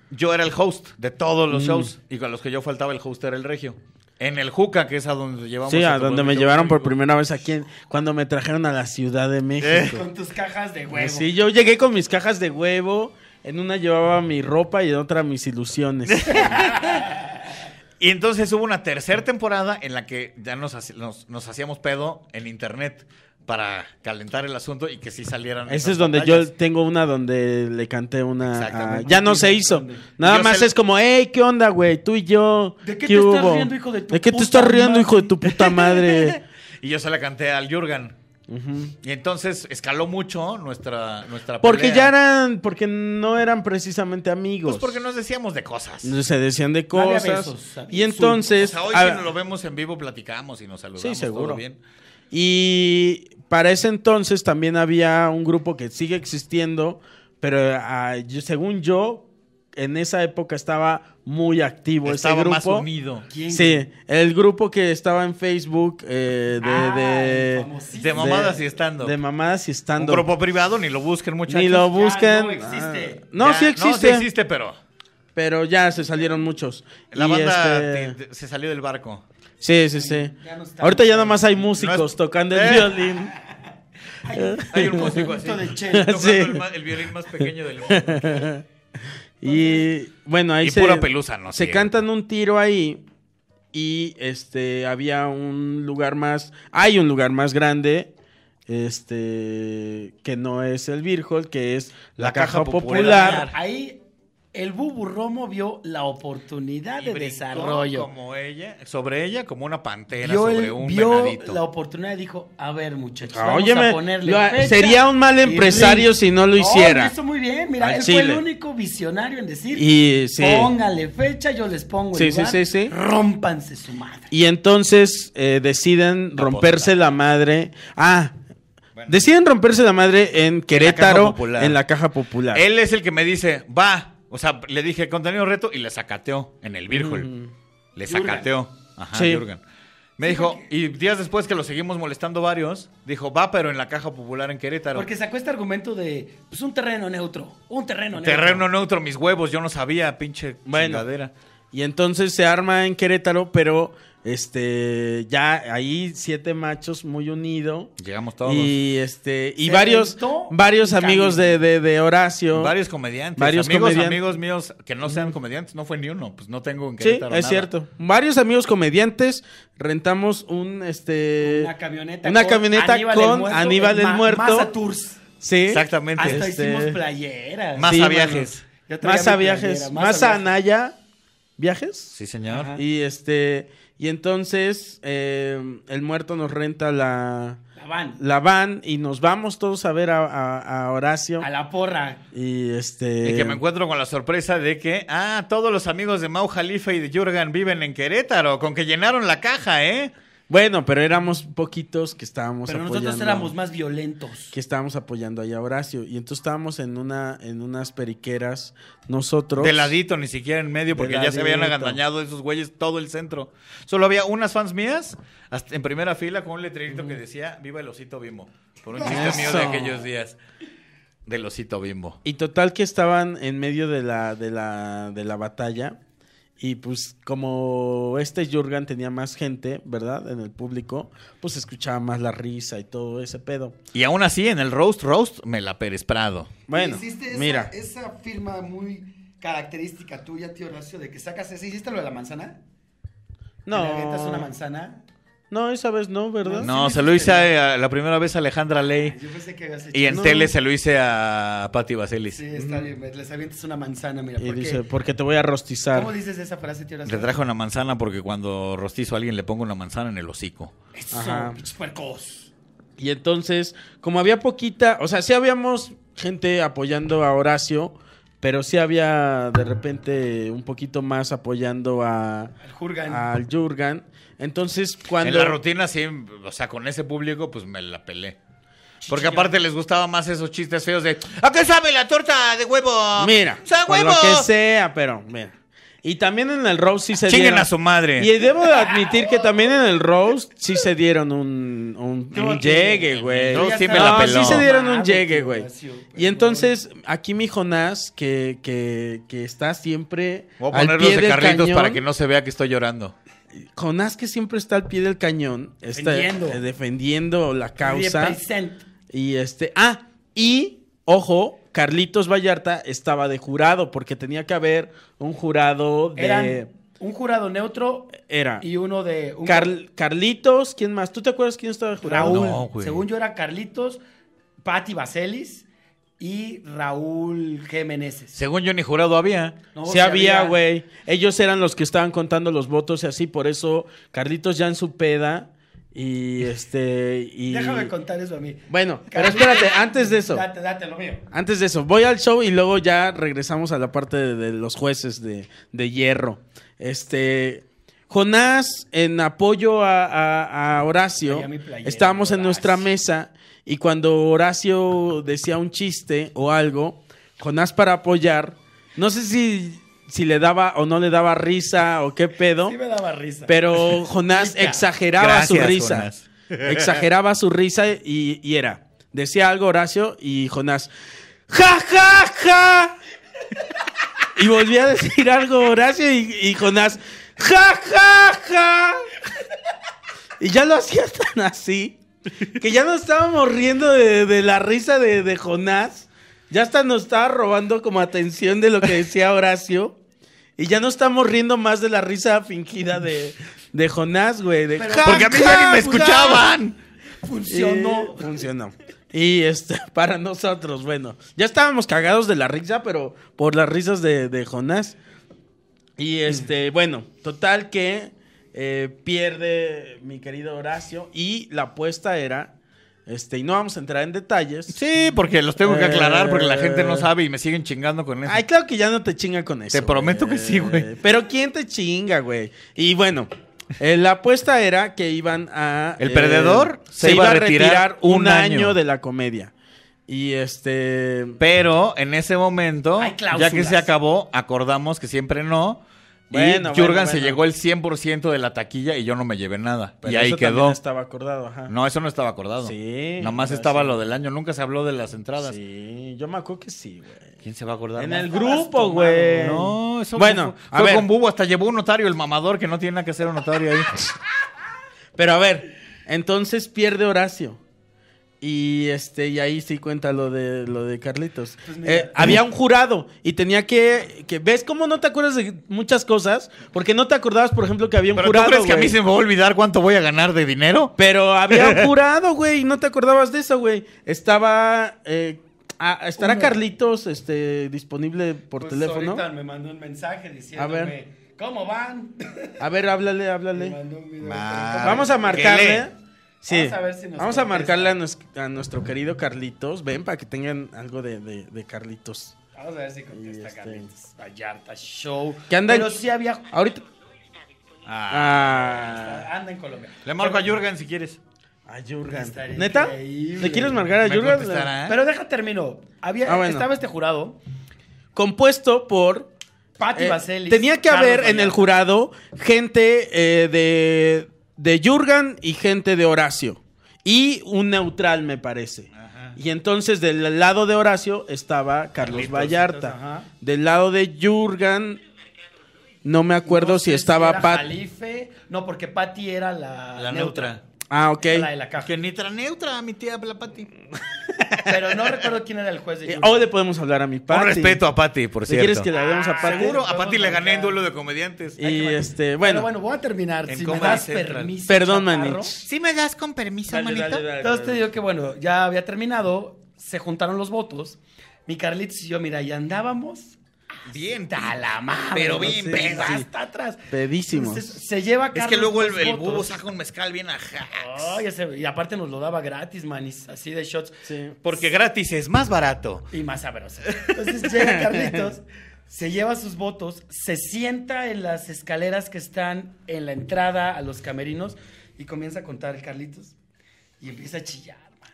S5: yo era el host de todos
S3: Mm.
S5: los shows. Y con los que yo faltaba, el host era el regio. En el Juca, que es a donde llevamos.
S3: Sí, a
S5: este
S3: donde me
S5: programa.
S3: llevaron por primera vez aquí en- cuando me trajeron a la Ciudad de
S5: Eh.
S3: México. Pues
S4: Con tus cajas de huevo.
S3: Eh. Sí, yo llegué con mis cajas de huevo. En una llevaba mi ropa y en otra mis ilusiones.
S5: Y entonces hubo una tercera temporada en la que ya nos, haci- nos- nos hacíamos pedo en internet para calentar el asunto y que sí salieran.
S3: Esa
S5: esas
S3: es donde
S5: batallas.
S3: yo tengo una donde le canté una. a-
S5: Exactamente.
S3: ya no se hizo. Nada
S5: Yo
S3: más
S5: se-
S3: es como, hey, ¿qué onda, güey? Tú y yo.
S4: ¿De qué
S3: ¿qué
S4: te estás
S3: hubo?
S4: riendo, hijo de tu
S3: ¿De qué te
S4: puta
S3: estás riendo,
S4: madre?
S3: hijo de tu puta madre?
S5: Y yo se la canté al Jurgen.
S3: Ujú.
S5: Y entonces escaló mucho nuestra, nuestra
S3: Porque
S5: pelea.
S3: ya eran. Porque no eran precisamente amigos.
S5: Pues porque nos decíamos de cosas.
S3: Se decían de
S4: Había
S3: cosas.
S4: besos, había
S3: y entonces. ah,
S5: O sea, hoy
S3: a-
S5: si nos lo vemos en vivo, platicamos y nos saludamos.
S3: Sí, seguro.
S5: todo bien.
S3: Y para ese entonces también había un grupo que sigue existiendo, pero ah, yo- según yo, en esa época estaba muy activo
S5: Estaba
S3: ese
S5: más
S3: grupo.
S5: unido.
S4: ¿Quién?
S3: Sí, el grupo que estaba en Facebook eh, de,
S4: Ah,
S3: de-
S4: el famosísimo.
S5: De mamadas y estando.
S3: de mamadas y
S5: Un
S3: estando.
S5: grupo privado, ni lo busquen, muchachos.
S3: Ni lo
S4: Ya
S3: buscan.
S4: no existe.
S3: Ah, no,
S5: Ya,
S3: sí existe.
S5: No, sí existe, pero
S3: Pero ya se salieron muchos.
S5: la
S3: Y,
S5: banda
S3: este,
S5: te- te- se salió del barco.
S3: Sí, sí, sí.
S4: Ya no está.
S3: Ahorita ya nada más hay músicos
S5: No es-
S3: tocando el
S5: Eh.
S3: violín.
S5: Hay un músico así.
S4: Punto de chelo.
S5: tocando
S3: Sí.
S5: el, ma- el violín más pequeño del mundo.
S3: Y bueno, ahí
S5: Y
S3: se,
S5: pura pelusa, ¿no?
S3: se
S5: Sí.
S3: cantan un tiro ahí y este había un lugar más, hay un lugar más grande este que no es el Beer Hall, que es la,
S5: La
S3: caja,
S5: Caja
S3: popular.
S4: Ahí el Bubu Romo vio la oportunidad
S5: Y
S4: de
S5: brincó
S4: desarrollo.
S5: Como ella, sobre ella, como una pantera
S4: Vio,
S5: sobre
S4: el-
S5: un
S4: vio
S5: venadito.
S4: la oportunidad y dijo, a ver muchachos,
S3: Ah,
S4: vamos
S3: óyeme,
S4: a ponerle
S3: lo-
S4: fecha
S3: sería un mal
S4: y
S3: empresario
S4: ring".
S3: si no lo hiciera.
S4: lo hizo muy bien, mira,
S3: Al
S4: él fue
S3: chile.
S4: el único visionario en decir,
S3: Y sí.
S4: póngale fecha, yo les pongo
S3: Sí,
S4: el
S3: sí,
S4: lugar,
S3: sí, sí.
S4: rómpanse su madre.
S3: Y entonces eh, deciden romperse la madre. Ah, deciden romperse la madre en Querétaro,
S5: Popular.
S3: en la caja popular.
S5: Él es el que me dice, va. O sea, le dije contenido reto y le sacateó en el Virgol. Le sacateó. Ajá,
S3: Mm. Sí.
S5: Jürgen. Me dijo, y días después que lo seguimos molestando varios, dijo, va, pero en la caja popular en Querétaro.
S4: Porque sacó este argumento de, pues un terreno neutro, un terreno neutro.
S5: Terreno neutro, mis huevos, yo no sabía, pinche
S3: Bueno.
S5: chingadera.
S3: Y entonces se arma en Querétaro, pero este ya ahí siete machos muy unido.
S5: Llegamos todos.
S3: Y este y
S4: Se
S3: varios
S4: rentó
S3: varios
S4: un
S3: amigos de, de- de Horacio.
S5: Varios comediantes.
S3: Varios
S5: amigos,
S3: comedian-
S5: amigos míos que no sean comediantes, no fue ni uno. Pues no tengo en
S3: Sí, es
S5: Querétaro nada.
S3: cierto. Varios amigos comediantes rentamos un este
S4: Una camioneta
S3: una
S4: con
S3: camioneta
S4: Aníbal el
S3: con
S4: Muerto,
S3: Aníbal
S4: en
S3: el
S4: Ma-
S3: Muerto.
S4: Maza Tours.
S3: Sí.
S5: Exactamente.
S4: Hasta
S3: Este-
S4: hicimos playeras.
S5: Más
S3: Sí,
S5: a
S3: mano.
S5: viajes.
S4: Yo traía
S3: Más a
S4: mi
S3: viajes,
S4: playera,
S3: más a Anaya. viajes.
S5: Sí, señor.
S2: Ajá.
S3: Y este. Y entonces eh, el muerto nos renta la,
S2: La van.
S3: la van y nos vamos todos a ver a, a- a Horacio.
S2: A la porra.
S3: Y este.
S5: Y
S4: Eh,
S5: que me encuentro con la sorpresa de que, ah, todos los amigos de Mau Jalifa y de Jurgen viven en Querétaro, con que llenaron la caja, ¿eh?
S3: Bueno, pero éramos poquitos que estábamos
S2: Pero
S3: apoyando.
S2: nosotros éramos más violentos.
S3: que estábamos apoyando ahí a Horacio. Y entonces estábamos en una, en unas periqueras nosotros.
S5: De ladito, ni siquiera en medio, porque
S3: De
S5: ya se habían
S3: ladito.
S5: agandañado esos güeyes todo el centro. Solo había unas fans mías hasta en primera fila con un letrerito que decía Viva el osito bimbo. Por un chiste mío
S3: Eso.
S5: de aquellos días. Del osito bimbo.
S3: Y total que estaban en medio de la, de la, de la batalla. Y pues como este Jurgen tenía más gente, ¿verdad? En el público, pues escuchaba más la risa y todo ese pedo.
S5: Y aún así, en el roast, roast, me la Pérez Prado.
S3: Bueno,
S4: Hiciste esa,
S3: mira.
S4: Esa firma muy característica tuya, tío Horacio, de que sacas ese. ¿Hiciste lo de la manzana? ¿Le avientas una
S3: No,
S4: manzana?
S3: no, esa vez no, ¿verdad?
S5: No,
S4: sí,
S5: se lo
S4: sí,
S5: hice
S4: sí.
S5: a- a la primera vez a Alejandra Ley.
S4: Ah, Yo pensé que habías hecho.
S5: Y en
S3: No.
S5: tele se lo hice a Patti Vaselis.
S4: Sí, está bien. Les avientas una manzana, mira.
S3: Y
S4: porque-
S3: dice, porque te voy a rostizar.
S4: ¿Cómo dices esa frase, tío Horacio?
S5: Le traje una manzana porque cuando rostizo a alguien le pongo una manzana en el hocico.
S4: Eso,
S3: Ajá.
S4: pinches puercos.
S3: Y entonces, como había poquita, o sea, sí habíamos gente apoyando a Horacio, pero sí había de repente un poquito más apoyando a
S4: El Jurgen.
S3: al Jurgen. Entonces, cuando
S5: En la rutina, sí, o sea, con ese público, pues me la pelé. Porque aparte les gustaba más esos chistes feos de ¿A qué sabe la torta de huevo?
S3: mira,
S5: ¡Sabe
S3: con
S5: huevo!
S3: lo que sea, pero mira. Y también en el roast sí se
S5: Chinguen
S3: dieron.
S5: a su madre.
S3: Y debo de admitir que también en el roast sí se dieron un, un,
S4: Yo
S3: un
S4: que-
S3: llegue, güey.
S5: Yo sí me
S3: no,
S5: la
S3: sí
S5: peló.
S3: se dieron un
S4: Mames,
S3: llegue,
S4: tío
S3: güey.
S4: Horacio, perdón.
S3: Y entonces, aquí mi Jonás, que, que, que está siempre
S5: Voy a
S3: al
S5: poner
S3: pie
S5: los de
S3: del
S5: Carlitos
S3: cañón.
S5: para que no se vea que estoy llorando.
S3: Jonás que siempre está al pie del cañón, está
S2: Defendiendo.
S3: eh, defendiendo la causa.
S2: Represent.
S3: Y este, ah, y ojo, Carlitos Vallarta estaba de jurado porque tenía que haber un jurado de
S2: Eran un jurado neutro
S3: era
S2: y uno de... Un
S3: Carl- Carlitos, ¿quién más? ¿Tú te acuerdas quién estaba de jurado?
S2: Raúl.
S5: No, güey.
S2: Según yo era Carlitos, Patti Vaselis y Raúl Jiménez.
S5: Según yo ni jurado había.
S2: No,
S3: sí
S2: sí
S3: había, güey. Ellos eran los que estaban contando los votos y así, por eso Carlitos ya en su peda y este y
S4: Déjame contar eso a mí.
S3: Bueno, pero espérate, antes de eso.
S4: Date, date lo mío.
S3: Antes de eso, voy al show y luego ya regresamos a la parte de, de los jueces de, de hierro. Este. Jonás, en apoyo a, a- a Horacio,
S4: Traía mi playera,
S3: estábamos en
S4: Horacio.
S3: nuestra mesa y cuando Horacio decía un chiste o algo, Jonás para apoyar, no sé si, si le daba o no le daba risa o qué pedo.
S4: Sí me daba risa.
S3: Pero Jonás exageraba su
S5: Gracias,
S3: risa.
S5: Jonás.
S3: Exageraba su risa y, y era. Decía algo Horacio y Jonás. ¡Ja, ja, ja! Y volvía a decir algo Horacio y, y Jonás. ¡Ja, ja, ja! Y ya lo hacía tan así que ya nos estábamos riendo de, de la risa de, de Jonás. Ya hasta nos estaba robando como atención de lo que decía Horacio. Y ya no estamos riendo más de la risa fingida de, de Jonás, güey. de ja,
S5: Porque a mí
S3: ja,
S5: ya ni me
S3: ja.
S5: escuchaban.
S4: Eh,
S3: Funcionó. funcionó. Y este, para nosotros, bueno, ya estábamos cagados de la risa, pero por las risas de, de Jonás. Y este, bueno, total que eh, pierde mi querido Horacio. Y la apuesta era, este, y no vamos a entrar en detalles.
S5: Sí, porque los tengo que aclarar porque la
S3: Eh.
S5: gente no sabe y me siguen chingando con eso.
S3: Ay, claro que ya no te chinga con eso.
S5: Te prometo que sí, güey.
S3: Pero ¿quién te chinga, güey? Y bueno, eh, la apuesta era que iban a... eh,
S5: El perdedor
S3: se, iba a retirar, un año. de la comedia. Y este...
S5: Pero en ese momento,
S2: Hay
S5: ya
S2: cláusulas.
S5: que se acabó, acordamos que siempre no.
S3: Bueno,
S5: y Jurgen
S3: bueno,
S5: se
S3: bueno.
S5: llegó el 100% de la taquilla y yo no me llevé nada.
S3: pero
S5: y ahí
S3: eso también
S5: quedó.
S3: estaba acordado, ajá.
S5: No, eso no estaba acordado.
S3: Sí,
S5: Nada más
S3: pero
S5: estaba
S3: sí.
S5: lo del año. Nunca se habló de las entradas.
S3: Sí, yo me acuerdo que sí, güey.
S5: ¿Quién se va a acordar?
S3: En
S5: más?
S3: el grupo, güey.
S5: No, eso
S3: Bueno,
S5: fue,
S3: a
S5: fue
S3: ver.
S5: con Bubo. Hasta llevó un notario, el mamador, que no tiene nada que hacer un notario ahí.
S3: Pero a ver, entonces pierde Horacio. Y este, y ahí sí cuenta lo de lo de Carlitos.
S5: Pues
S3: Eh, había un jurado y tenía que, que- ¿Ves cómo no te acuerdas de muchas cosas? Porque no te acordabas, por ejemplo, que había un
S5: ¿Pero
S3: jurado.
S5: tú crees que a mí
S3: güey.
S5: se me va a olvidar cuánto voy a ganar de dinero?
S3: Pero había un jurado, güey, y no te acordabas de eso, güey. Estaba. eh, a- ¿Estará Carlitos este, disponible por
S4: Pues
S3: teléfono?
S4: ahorita me mandó un mensaje diciéndome
S3: A ver.
S4: ¿Cómo van?
S3: A ver, háblale, háblale.
S4: Mandó un video.
S5: Ma-
S3: Vamos a marcarle.
S5: Marquele.
S3: Sí.
S4: Vamos a ver si nos
S3: Vamos a
S4: contesta.
S3: marcarle a, nos- a nuestro querido Carlitos. Ven, para que tengan algo de, de- de Carlitos.
S4: Vamos a ver si
S3: Y
S4: contesta
S3: este-
S4: Carlitos Vallarta Show.
S3: ¿Qué anda en-
S4: Pero sí había...
S3: Ahorita.
S5: Ah.
S3: Ah.
S4: Anda en Colombia.
S5: Le marco a Jürgen si quieres.
S3: A Jurgen.
S4: Estaría
S3: ¿Neta?
S4: increíble.
S3: ¿Le quieres marcar a
S5: Me
S3: Jurgen?
S5: contestará.
S4: Pero deja termino. Había,
S3: ¿eh? Ah, bueno.
S4: Estaba este jurado,
S3: Compuesto por.
S4: Patti
S3: eh,
S4: Vaselis.
S3: tenía que
S4: Carlos
S3: haber en el
S4: Vallarta.
S3: jurado gente eh, de, de Jurgen y gente de Horacio. Y un neutral, me parece. Y entonces del lado de Horacio estaba Carlos
S5: Carlitos,
S3: Vallarta.
S4: entonces, ajá.
S3: Del lado de Jurgen, no me acuerdo
S4: No
S3: si
S4: sé
S3: estaba
S4: era
S3: Pat.
S4: Jalife. No, porque Patti era la,
S5: La neutra.
S3: Ah, ok.
S4: La de la caja.
S5: Que ni tan neutra, mi tía la Pati.
S4: Pero no recuerdo quién era el juez de
S3: Eh,
S4: Junior.
S3: Ahora le podemos hablar a mi
S5: Por
S3: Pati.
S5: respeto a Pati, por
S3: Si
S5: cierto.
S3: quieres que le hablemos
S4: Ah,
S3: a Pati.
S5: Seguro, a Pati le
S4: Podemos
S5: gané en
S4: marcar.
S5: duelo de comediantes.
S3: Y este,
S4: Pero
S3: bueno.
S4: bueno, voy a terminar.
S5: En
S4: Si me
S5: Comedy
S4: das
S5: Central.
S4: permiso.
S3: Perdón,
S4: chaparro.
S3: Manich.
S5: ¿Sí me das con permiso,
S4: Entonces te digo que bueno, ya había terminado, se juntaron los votos. Mi Carlitos y yo, mira, ya andábamos
S5: Bien.
S4: a la madre.
S5: Pero bien,
S4: sí,
S5: pedo.
S4: hasta atrás.
S3: Pedísimos.
S4: Entonces, se lleva a
S5: Es
S4: Carlos
S5: que luego el,
S4: los
S5: el
S4: votos.
S5: bubo saca un mezcal bien ajá.
S4: Ay, ese- y aparte nos lo daba gratis, manis, así de shots.
S3: Sí.
S5: Porque gratis es más barato.
S4: Y más sabroso. Entonces llega Carlitos, se lleva sus votos, se sienta en las escaleras que están en la entrada a los camerinos y comienza a contar el Carlitos y empieza a chillar. man.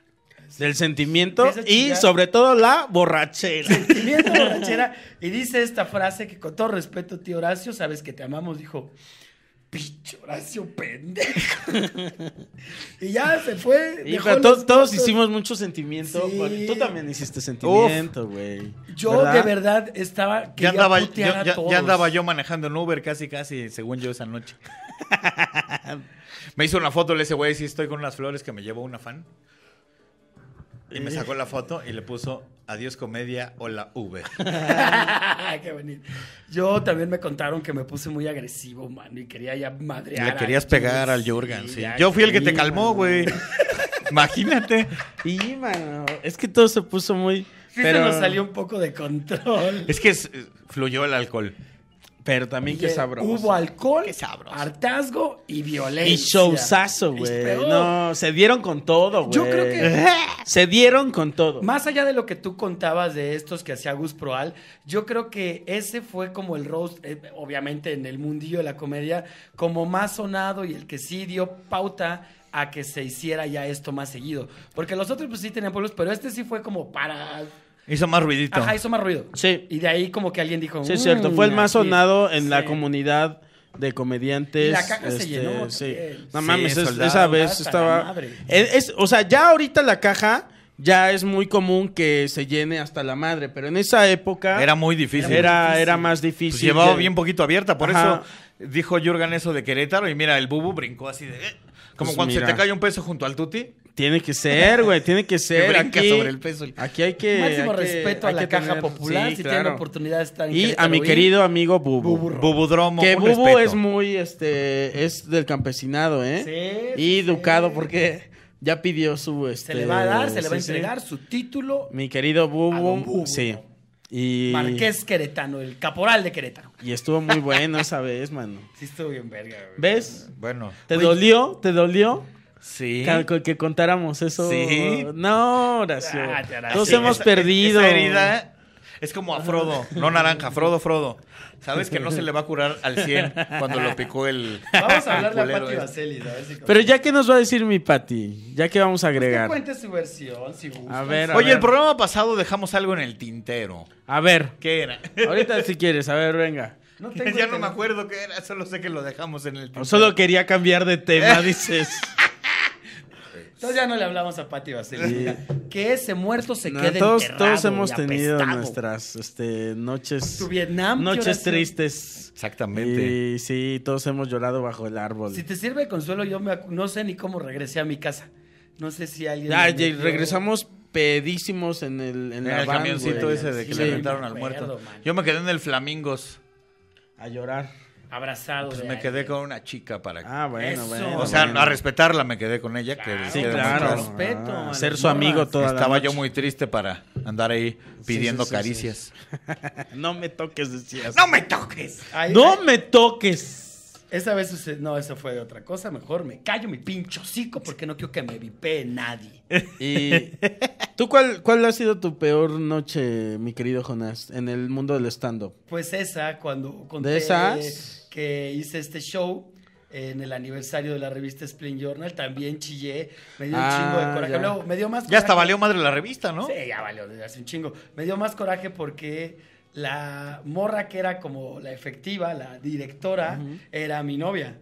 S3: Del sentimiento
S4: Empieza a
S3: y
S4: chillar.
S3: sobre todo la borrachera.
S4: Sentimiento borrachera y dice esta frase que con todo respeto, tío Horacio, sabes que te amamos, dijo, pinche Horacio pendejo. y ya se fue.
S3: Y
S4: dejó
S3: pero to-
S4: los
S3: todos
S4: votos.
S3: hicimos mucho sentimiento.
S4: Sí.
S3: porque Tú también hiciste sentimiento, güey.
S4: Yo de verdad estaba...
S5: Ya
S4: quería
S5: andaba, yo,
S4: putear a
S5: ya- ya
S4: todos.
S5: andaba yo manejando en Uber casi, casi, según yo esa noche. me hizo una foto le ese güey, sí estoy con unas flores que me llevó una fan. Y me sacó la foto y le puso adiós comedia, hola Uber.
S4: Ah, Qué bonito. Yo también me contaron que me puse muy agresivo, mano, y quería ya madrear.
S5: Le
S4: a
S5: querías
S4: alguien.
S5: pegar al Jurgen, sí.
S4: ya
S5: Yo fui el que te
S4: quería,
S5: calmó,
S4: mano.
S5: güey. Imagínate.
S3: Y, mano, es que todo se puso muy...
S4: Sí,
S3: Pero,
S4: se nos salió un poco de control.
S5: Es que es- fluyó el alcohol.
S3: pero también qué
S4: Oye,
S3: sabroso.
S4: eh, Hubo alcohol,
S5: Qué sabroso.
S4: hartazgo y violencia.
S3: Y showzazo,
S4: Y
S3: güey.
S4: peor,
S3: No, se dieron con todo, güey.
S4: Yo creo que-
S3: Se dieron con todo.
S4: Más allá de lo que tú contabas de estos que hacía Gus Proal, yo creo que ese fue como el roast, eh, obviamente en el mundillo de la comedia, como más sonado y el que sí dio pauta a que se hiciera ya esto más seguido. Porque los otros pues sí tenían pueblos, pero este sí fue como para...
S5: Hizo más ruidito.
S4: Ajá, hizo más ruido.
S3: Sí.
S4: Y de ahí como que alguien dijo...
S3: Sí, es cierto. Fue el
S4: "Mm,
S3: más
S4: aquí".
S3: sonado en la
S4: Sí.
S3: comunidad de comediantes. este,
S4: Y la caja se llenó
S3: sí.
S4: también.
S3: No
S5: Sí,
S3: mames, es-
S5: soldados,
S3: esa vez
S4: hasta la
S3: estaba.
S4: madre.
S3: Es, es- o sea, ya ahorita la caja ya es muy común que se llene hasta la madre, pero en esa época
S5: Era muy difícil.
S3: era, era más
S5: Pues
S3: difícil.
S5: llevaba
S3: de-
S5: bien poquito abierta, por
S3: Ajá.
S5: eso dijo Jurgen eso de Querétaro y mira, el bubu brincó así de... eh, Como
S3: Pues
S5: cuando
S3: mira.
S5: se te cae un peso junto al tuti.
S3: Tiene que ser, güey, tiene que ser.
S5: brinca
S3: aquí,
S5: sobre el peso.
S3: aquí hay que.
S4: Máximo
S3: hay que-
S4: respeto a
S3: hay
S4: la
S3: que
S4: caja
S3: tener-
S4: popular,
S3: sí,
S4: si
S3: claro.
S4: tienen la oportunidad de estar en
S3: Y a
S4: Querétaro,
S3: mi
S4: ir.
S3: querido amigo Bubu.
S5: Bubudromo,
S3: Que
S5: un
S3: Bubu
S5: respeto.
S3: es muy, este, es del campesinado, ¿eh?
S4: Sí,
S3: Y
S4: sí,
S3: educado
S4: sí.
S3: porque ya pidió su, este...
S4: Se le va a dar, se le va a
S3: sí, sí.
S4: entregar su título
S3: Mi querido
S4: A
S3: Bubu,
S4: don Bubu.
S3: sí. Y,
S4: Marqués Querétano, el caporal de Querétaro.
S3: y estuvo muy bueno esa vez, mano.
S4: Sí, estuvo bien verga, güey.
S3: ¿Ves?
S5: Bueno.
S3: ¿Te dolió? ¿Te dolió?
S5: Sí.
S3: ca- Que, contáramos eso.
S5: Sí.
S3: No, Horacio.
S4: Ah, Horacio.
S3: Nos
S4: Sí,
S3: hemos
S5: esa-
S3: perdido.
S5: esa herida es como a Frodo, no naranja, Frodo, Frodo. Sabes que no se le va a curar al 100 cuando lo picó el...
S4: Vamos a
S5: el
S4: hablarle a
S5: culero
S4: Pati
S5: este.
S4: Vaselis, a ver si...
S3: Pero ya, ¿qué nos va a decir mi Pati? Ya que vamos a
S4: Que
S3: agregar.
S4: cuente su versión, si gusta.
S3: A ver, a
S5: Oye,
S3: ver.
S5: el programa pasado dejamos algo en el tintero.
S3: A ver,
S5: ¿Qué era?
S3: ahorita si quieres, a ver, venga.
S4: No tengo
S5: ya no
S4: el
S5: me
S4: teléfono.
S5: acuerdo qué era, solo sé que lo dejamos en el tintero.
S3: Solo quería cambiar de tema, dices.
S4: Entonces ya no le hablamos a Pati Vaselis. mira, Que ese muerto se
S3: No,
S4: quede
S3: todos,
S4: enterrado
S3: todos hemos
S4: y
S3: tenido
S4: apestado.
S3: nuestras este, noches.
S4: Tu Vietnam, ¿qué
S3: Noches
S4: oración?
S3: tristes.
S5: Exactamente.
S3: Y sí, todos hemos llorado bajo el árbol.
S4: Si te sirve de consuelo, yo me acu- no sé ni cómo regresé a mi casa. No sé si alguien...
S3: Ah,
S4: me
S3: ye-
S4: metió-
S3: regresamos pedísimos en el, en
S5: En
S3: la
S5: el
S3: van,
S5: camioncito
S3: güey.
S5: ese de que
S4: Sí,
S5: le
S4: me
S5: aventaron al
S4: acuerdo,
S5: muerto.
S4: man.
S5: Yo me quedé en el Flamingos.
S3: A llorar.
S4: abrazado.
S5: Pues
S4: de
S5: me
S4: alguien.
S5: quedé con una chica para que.
S3: Ah, bueno,
S4: Eso.
S3: bueno.
S5: o sea,
S3: bueno.
S5: a respetarla me quedé con ella. Que
S4: Claro.
S3: Sí,
S5: quede
S3: claro.
S5: muy
S4: Respeto
S3: Ah,
S4: a las
S3: ser su
S4: morras.
S3: amigo toda la
S5: Estaba
S3: noche.
S5: yo muy triste para andar ahí pidiendo
S3: sí, sí,
S5: caricias.
S3: No me toques, decías.
S5: ¡No me toques!
S4: Ay,
S3: ¡No me toques!
S4: Esa vez sucedió, no, eso fue de otra cosa. Mejor me callo mi pincho hocico porque no quiero que me vipee nadie.
S3: Y tú cuál, cuál ha sido tu peor noche, mi querido Jonás, en el mundo del stand up?
S4: Pues esa, cuando conté
S3: esas?
S4: que hice este show en el aniversario de la revista Spring Journal, también chillé, me dio
S3: Ah,
S4: un chingo de coraje.
S3: ya.
S4: Luego, me dio más
S5: Ya hasta
S4: coraje-
S5: valió madre la revista, ¿no?
S4: Sí, ya valió desde hace un chingo. Me dio más coraje porque la morra que era como la efectiva, la directora, era mi novia.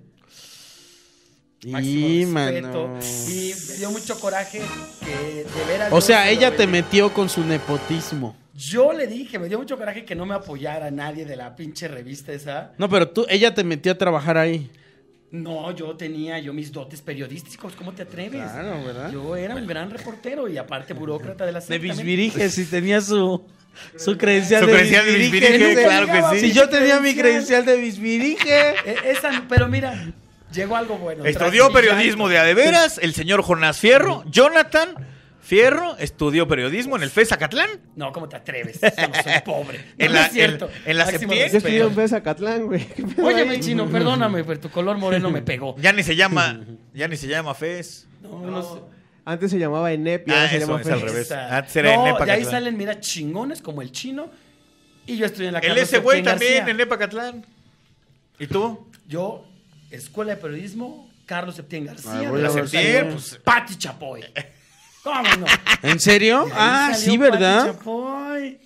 S4: Máximo
S3: Y
S4: respeto.
S3: mano.
S4: Y me dio mucho coraje que de veras.
S3: O
S4: yo
S3: sea,
S4: se lo
S3: ella te
S4: vendí.
S3: metió con su nepotismo.
S4: Yo le dije, me dio mucho coraje que no me apoyara nadie de la pinche revista esa.
S3: No, pero tú, ella te metió a trabajar ahí.
S4: No, yo tenía yo mis dotes periodísticos, ¿cómo te atreves?
S3: Claro, ¿verdad?
S4: Yo era un gran reportero y aparte burócrata de la
S6: De
S4: secta, men.
S6: bisbirige, si tenía su, su credencial
S5: Su
S6: de
S5: credencial de
S6: bisbirige.
S5: bisbirige,
S6: Dice,
S5: claro que sí.
S6: Si yo tenía mi credencial de bisbirige.
S4: Eh, esa, pero mira, llegó algo bueno.
S5: Estudió
S4: Tras-
S5: periodismo de adeveras el señor Jonás Fierro. Jonathan Fierro estudió periodismo en el FES Zacatlán.
S4: No, ¿cómo te atreves? Eso no soy pobre. No,
S5: En
S4: no
S5: la-
S4: es cierto.
S5: en- en la
S4: Máximo
S5: Septién.
S7: Yo estudié
S4: respeto.
S7: en Zacatlán, güey. ¿Qué pedo
S4: Oye,
S7: ahí?
S4: mi chino, perdóname, pero tu color moreno me pegó.
S5: Ya ni se llama, ya ni se llama FES.
S4: No, no sé.
S7: Antes se llamaba ENEP y
S5: Ah,
S7: ahora se
S5: eso
S7: llama
S5: es al
S7: FES.
S5: revés.
S4: Esa.
S5: Antes era
S4: no,
S5: en Epa
S4: de ahí
S5: Catalán.
S4: salen, mira, chingones como el chino. Y yo estudié en la
S5: El
S4: Carlos
S5: ese güey
S4: Septién
S5: también
S4: García.
S5: en Epacatlán. ¿Y tú?
S4: Yo, Escuela de Periodismo, Carlos Septién García.
S3: Ah, voy
S4: de
S3: a
S4: la
S3: ver
S4: Septién,
S5: si-
S4: pues, Pati Chapoy. ¿Cómo no?
S3: ¿En serio?
S4: De ahí
S3: Ah,
S4: salió
S3: sí,
S4: Pati
S3: ¿verdad?
S4: Chapoy.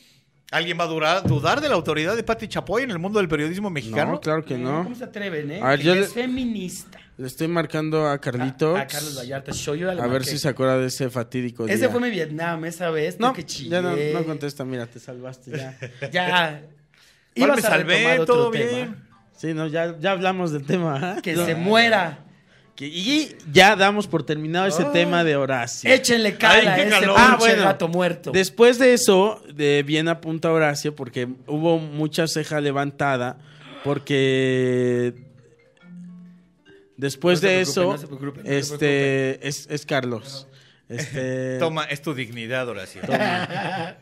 S5: ¿Alguien va a durar- dudar de la autoridad de Pati Chapoy en el mundo del periodismo mexicano?
S3: No, claro que no.
S4: ¿Cómo se atreven, eh?
S3: A ver,
S4: Que
S3: yo
S4: ella
S3: le-
S4: es feminista.
S3: Le estoy marcando a Carlitos.
S4: A, a Carlos Vallarta Show, yo ya le
S3: A ver
S4: marqué.
S3: si se acuerda de ese fatídico día.
S4: Ese fue mi Vietnam esa vez. No,
S3: No,
S4: que chillé.
S3: ya no, no contesta, mira, te salvaste ya.
S4: Ya.
S5: Igual
S4: Ibas
S5: me
S4: a retomar
S5: salvé,
S4: otro
S5: todo
S4: tema.
S5: bien.
S3: Sí, no, ya, ya hablamos del tema. ¿eh?
S4: Que
S3: No.
S4: se muera.
S3: Que- y ya damos por terminado ese tema de Horacio.
S4: Échenle cara
S5: Ay, qué
S4: a ese
S5: calor.
S4: pinche
S3: Ah, bueno.
S4: gato muerto.
S3: Después de eso, de bien apunta Horacio, porque hubo mucha ceja levantada, porque después
S4: No se
S3: de eso,
S4: preocupen, no se preocupen, no se
S3: este es, es Carlos. Este,
S5: Toma, es tu dignidad, Horacio.
S3: toma.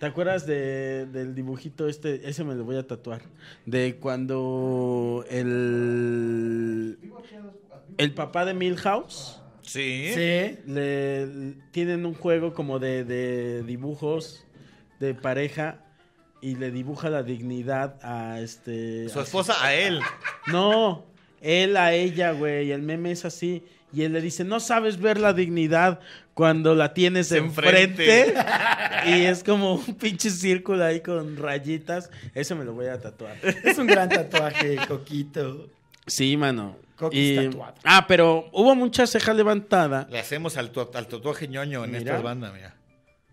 S3: ¿Te acuerdas de- del dibujito este? Ese me lo voy a tatuar. De cuando el el papá de Milhouse
S5: Sí.
S4: Sí.
S3: le, tienen un juego como de, de dibujos de pareja y le dibuja la dignidad a este
S5: Su
S3: a-
S5: esposa a él.
S3: no él a ella güey el meme es así y él le dice no sabes ver la dignidad cuando la tienes
S5: Enfrente.
S3: enfrente, y es como un pinche círculo ahí con rayitas eso me lo voy a tatuar
S4: Es un gran tatuaje, Coquito.
S3: sí mano
S4: Coquis tatuado.
S3: ah pero hubo mucha ceja levantada
S5: Le hacemos al, tu- al tatuaje ñoño en
S3: Mira.
S5: estas bandas, mira.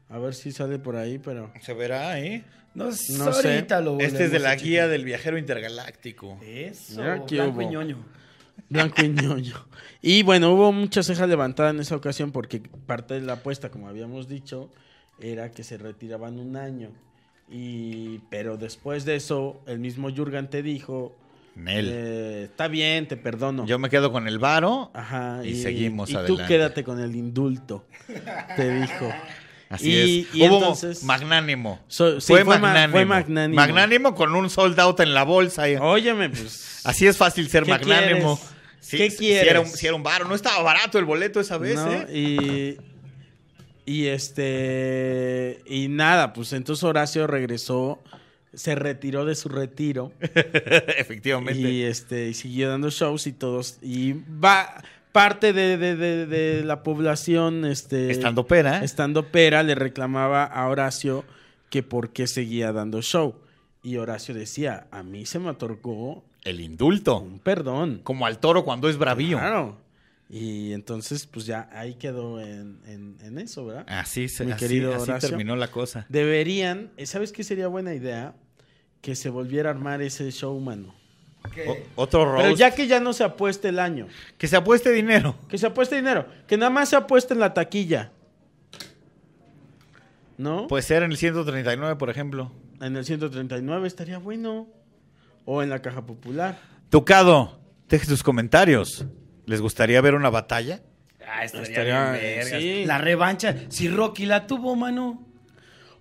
S3: a ver si sale por ahí pero
S5: Se verá, ¿eh?
S4: No, sé,
S3: No sé.
S4: ahorita lo
S5: Este es de la
S4: volvemos a
S5: guía del viajero intergaláctico.
S4: checar. Eso,
S3: Mira, ¿qué
S4: blanco
S3: hubo?
S4: y ñoño.
S3: Blanco y ñoño. Y bueno, hubo mucha ceja levantada en esa ocasión porque parte de la apuesta, como habíamos dicho, era que se retiraban un año. Y pero después de eso, el mismo Jurgen te dijo,
S5: Nel.
S3: eh, está bien, te perdono.
S5: Yo me quedo con el varo.
S3: Ajá,
S5: Y seguimos
S3: y
S5: adelante.
S3: tú quédate con el indulto, te dijo.
S5: Así
S3: Y-
S5: es.
S3: y
S5: Hubo
S3: entonces-
S5: magnánimo.
S3: So- sí, fue ma- fue magnánimo.
S5: Magnánimo con un sold out en la bolsa. eh.
S3: Óyeme, pues.
S5: Así es fácil ser
S3: ¿Qué
S5: magnánimo.
S3: quieres?
S5: Sí,
S3: ¿Qué
S5: si era, un,
S3: quieres?
S5: si era un varo. No estaba barato el boleto esa vez,
S3: ¿no?
S5: ¿eh?
S3: Y, y este. Y nada, pues entonces Horacio regresó, se retiró de su retiro
S5: Efectivamente.
S3: y este y siguió dando shows y todos. Y va. Parte de, de- de- de la población este,
S5: Estando pera.
S3: estando pera le reclamaba a Horacio que por qué seguía dando show. Y Horacio decía, a mí se me otorgó
S5: El indulto.
S3: un perdón.
S5: Como al toro cuando es bravío.
S3: Claro. Y entonces pues ya ahí quedó en, en- en eso, ¿verdad?
S5: Así, se-
S3: Mi
S5: así-
S3: querido
S5: así
S3: Horacio.
S5: terminó la cosa.
S3: Deberían, eh, ¿sabes qué sería buena idea? Que se volviera a armar ese show, humano.
S4: Que-
S5: O- otro
S3: Eh, Pero
S5: roast.
S3: ya que ya no se apueste el año,
S5: Que se apueste dinero.
S3: que se apueste dinero, que nada más se apueste en la taquilla. ¿No?
S5: Pues- Puede ser en el 139, por ejemplo.
S3: en el 139 estaría bueno. o en la caja popular.
S5: Tucado, deje sus comentarios. ¿Les gustaría ver una batalla?
S2: Ah, estaría,
S3: Estaría-
S2: bien vergas.
S3: sí.
S2: La revancha. Si Rocky la tuvo, mano.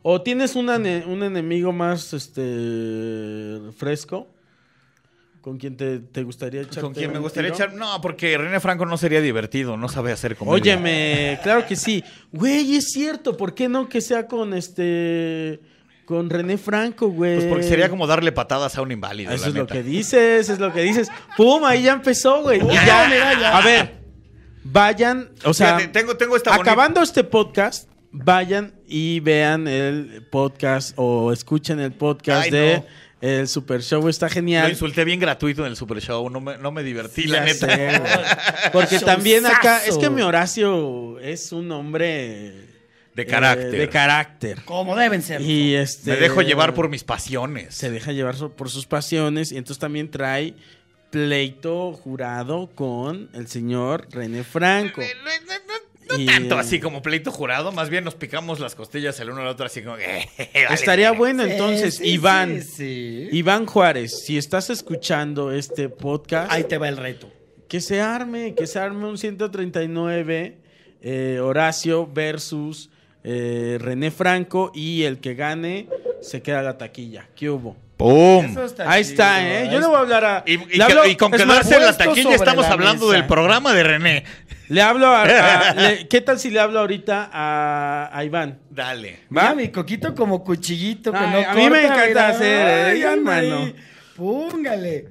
S3: O tienes un, ane- un enemigo más este fresco con quien te, te gustaría echar.
S5: ¿Con quién me gustaría echar? No, porque René Franco no sería divertido, no sabe hacer comedia.
S3: Óyeme, claro que sí. Güey, es cierto, ¿por qué no que sea con este con René Franco, güey? Ah,
S5: Pues porque sería como darle patadas a un inválido.
S3: Eso
S5: la
S3: es lo
S5: neta.
S3: que dices, es lo que dices. Pum, ahí ya empezó, güey. Y ya, A ver, vayan, o sea,
S5: Fíjate, tengo, tengo esta bonita-
S3: acabando este podcast, vayan y vean el podcast o escuchen el podcast
S5: Ay,
S3: de
S5: no.
S3: El Super Show, está
S5: Lo
S3: genial.
S5: insulté bien gratuito en el Super Show, no me, no me divertí,
S3: Ya
S5: la neta.
S3: sé, güey. Porque también acá,
S4: Showzazo.
S3: es que mi Horacio es un hombre
S5: De
S3: eh,
S5: carácter.
S3: de carácter.
S4: Como deben ser.
S3: Y este
S5: Me dejo llevar por mis pasiones.
S3: se deja llevar so- por sus pasiones y entonces también trae pleito jurado con el señor René Franco.
S5: No
S3: Y-
S5: tanto así como pleito jurado, más bien nos picamos las costillas el uno al otro así como... eh, vale,
S3: Estaría
S5: mira.
S3: bueno entonces,
S4: Sí, sí,
S3: Iván,
S4: sí, sí.
S3: Iván Juárez, si estás escuchando este podcast,
S4: Ahí te va el reto.
S3: que se arme, que se arme un 139 eh, Horacio versus eh, René Franco y el que gane se queda la taquilla. ¿Qué hubo?
S5: ¡Pum!
S3: Ahí está, ¿eh? Yo le voy a hablar a...
S5: Y, y
S3: le hablo-
S5: que- y con
S3: es más,
S5: quedarse en la
S3: puesto
S5: taquilla
S3: sobre
S5: estamos
S3: la
S5: hablando
S3: mesa.
S5: del programa de René.
S3: Le hablo a... a- le- ¿Qué tal si le hablo ahorita a, a Iván?
S5: Dale.
S3: ¿Va?
S4: Mira, mi coquito como cuchillito que
S3: Ay,
S4: no
S3: a mí me
S4: corta,
S3: encanta
S4: mira.
S3: hacer, eh,
S4: Ay, anda
S3: hermano.
S4: ahí. Póngale.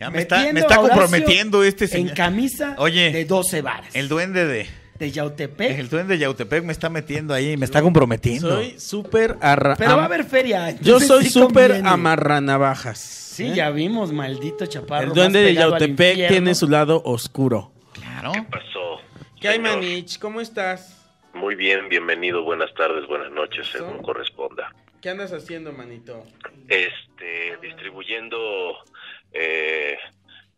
S5: Ya me está, me
S4: Metiendo
S5: está
S4: a Horacio
S5: comprometiendo este
S4: En
S5: señor.
S4: camisa
S5: Oye,
S4: de 12 varas.
S5: El duende de...
S4: de Yautepec.
S5: El duende de Yautepec me está metiendo ahí, me está comprometiendo.
S3: Soy súper arra...
S4: Pero va a
S3: am-
S4: haber feria.
S3: Yo
S4: entonces
S3: soy
S4: sí
S3: súper
S4: conviene.
S3: amarranavajas.
S4: Sí,
S3: ¿eh?
S4: ya vimos, maldito chaparro.
S3: El
S4: más
S3: duende de
S4: pegado al
S3: Yautepec
S4: infierno.
S3: tiene su lado oscuro.
S5: Claro.
S8: pasó?
S3: ¿Qué hay,
S8: señor?
S3: Manich? ¿Cómo estás?
S8: Muy bien, bienvenido, buenas tardes, buenas noches, según corresponda.
S3: ¿Qué andas haciendo, manito?
S8: Este, distribuyendo eh,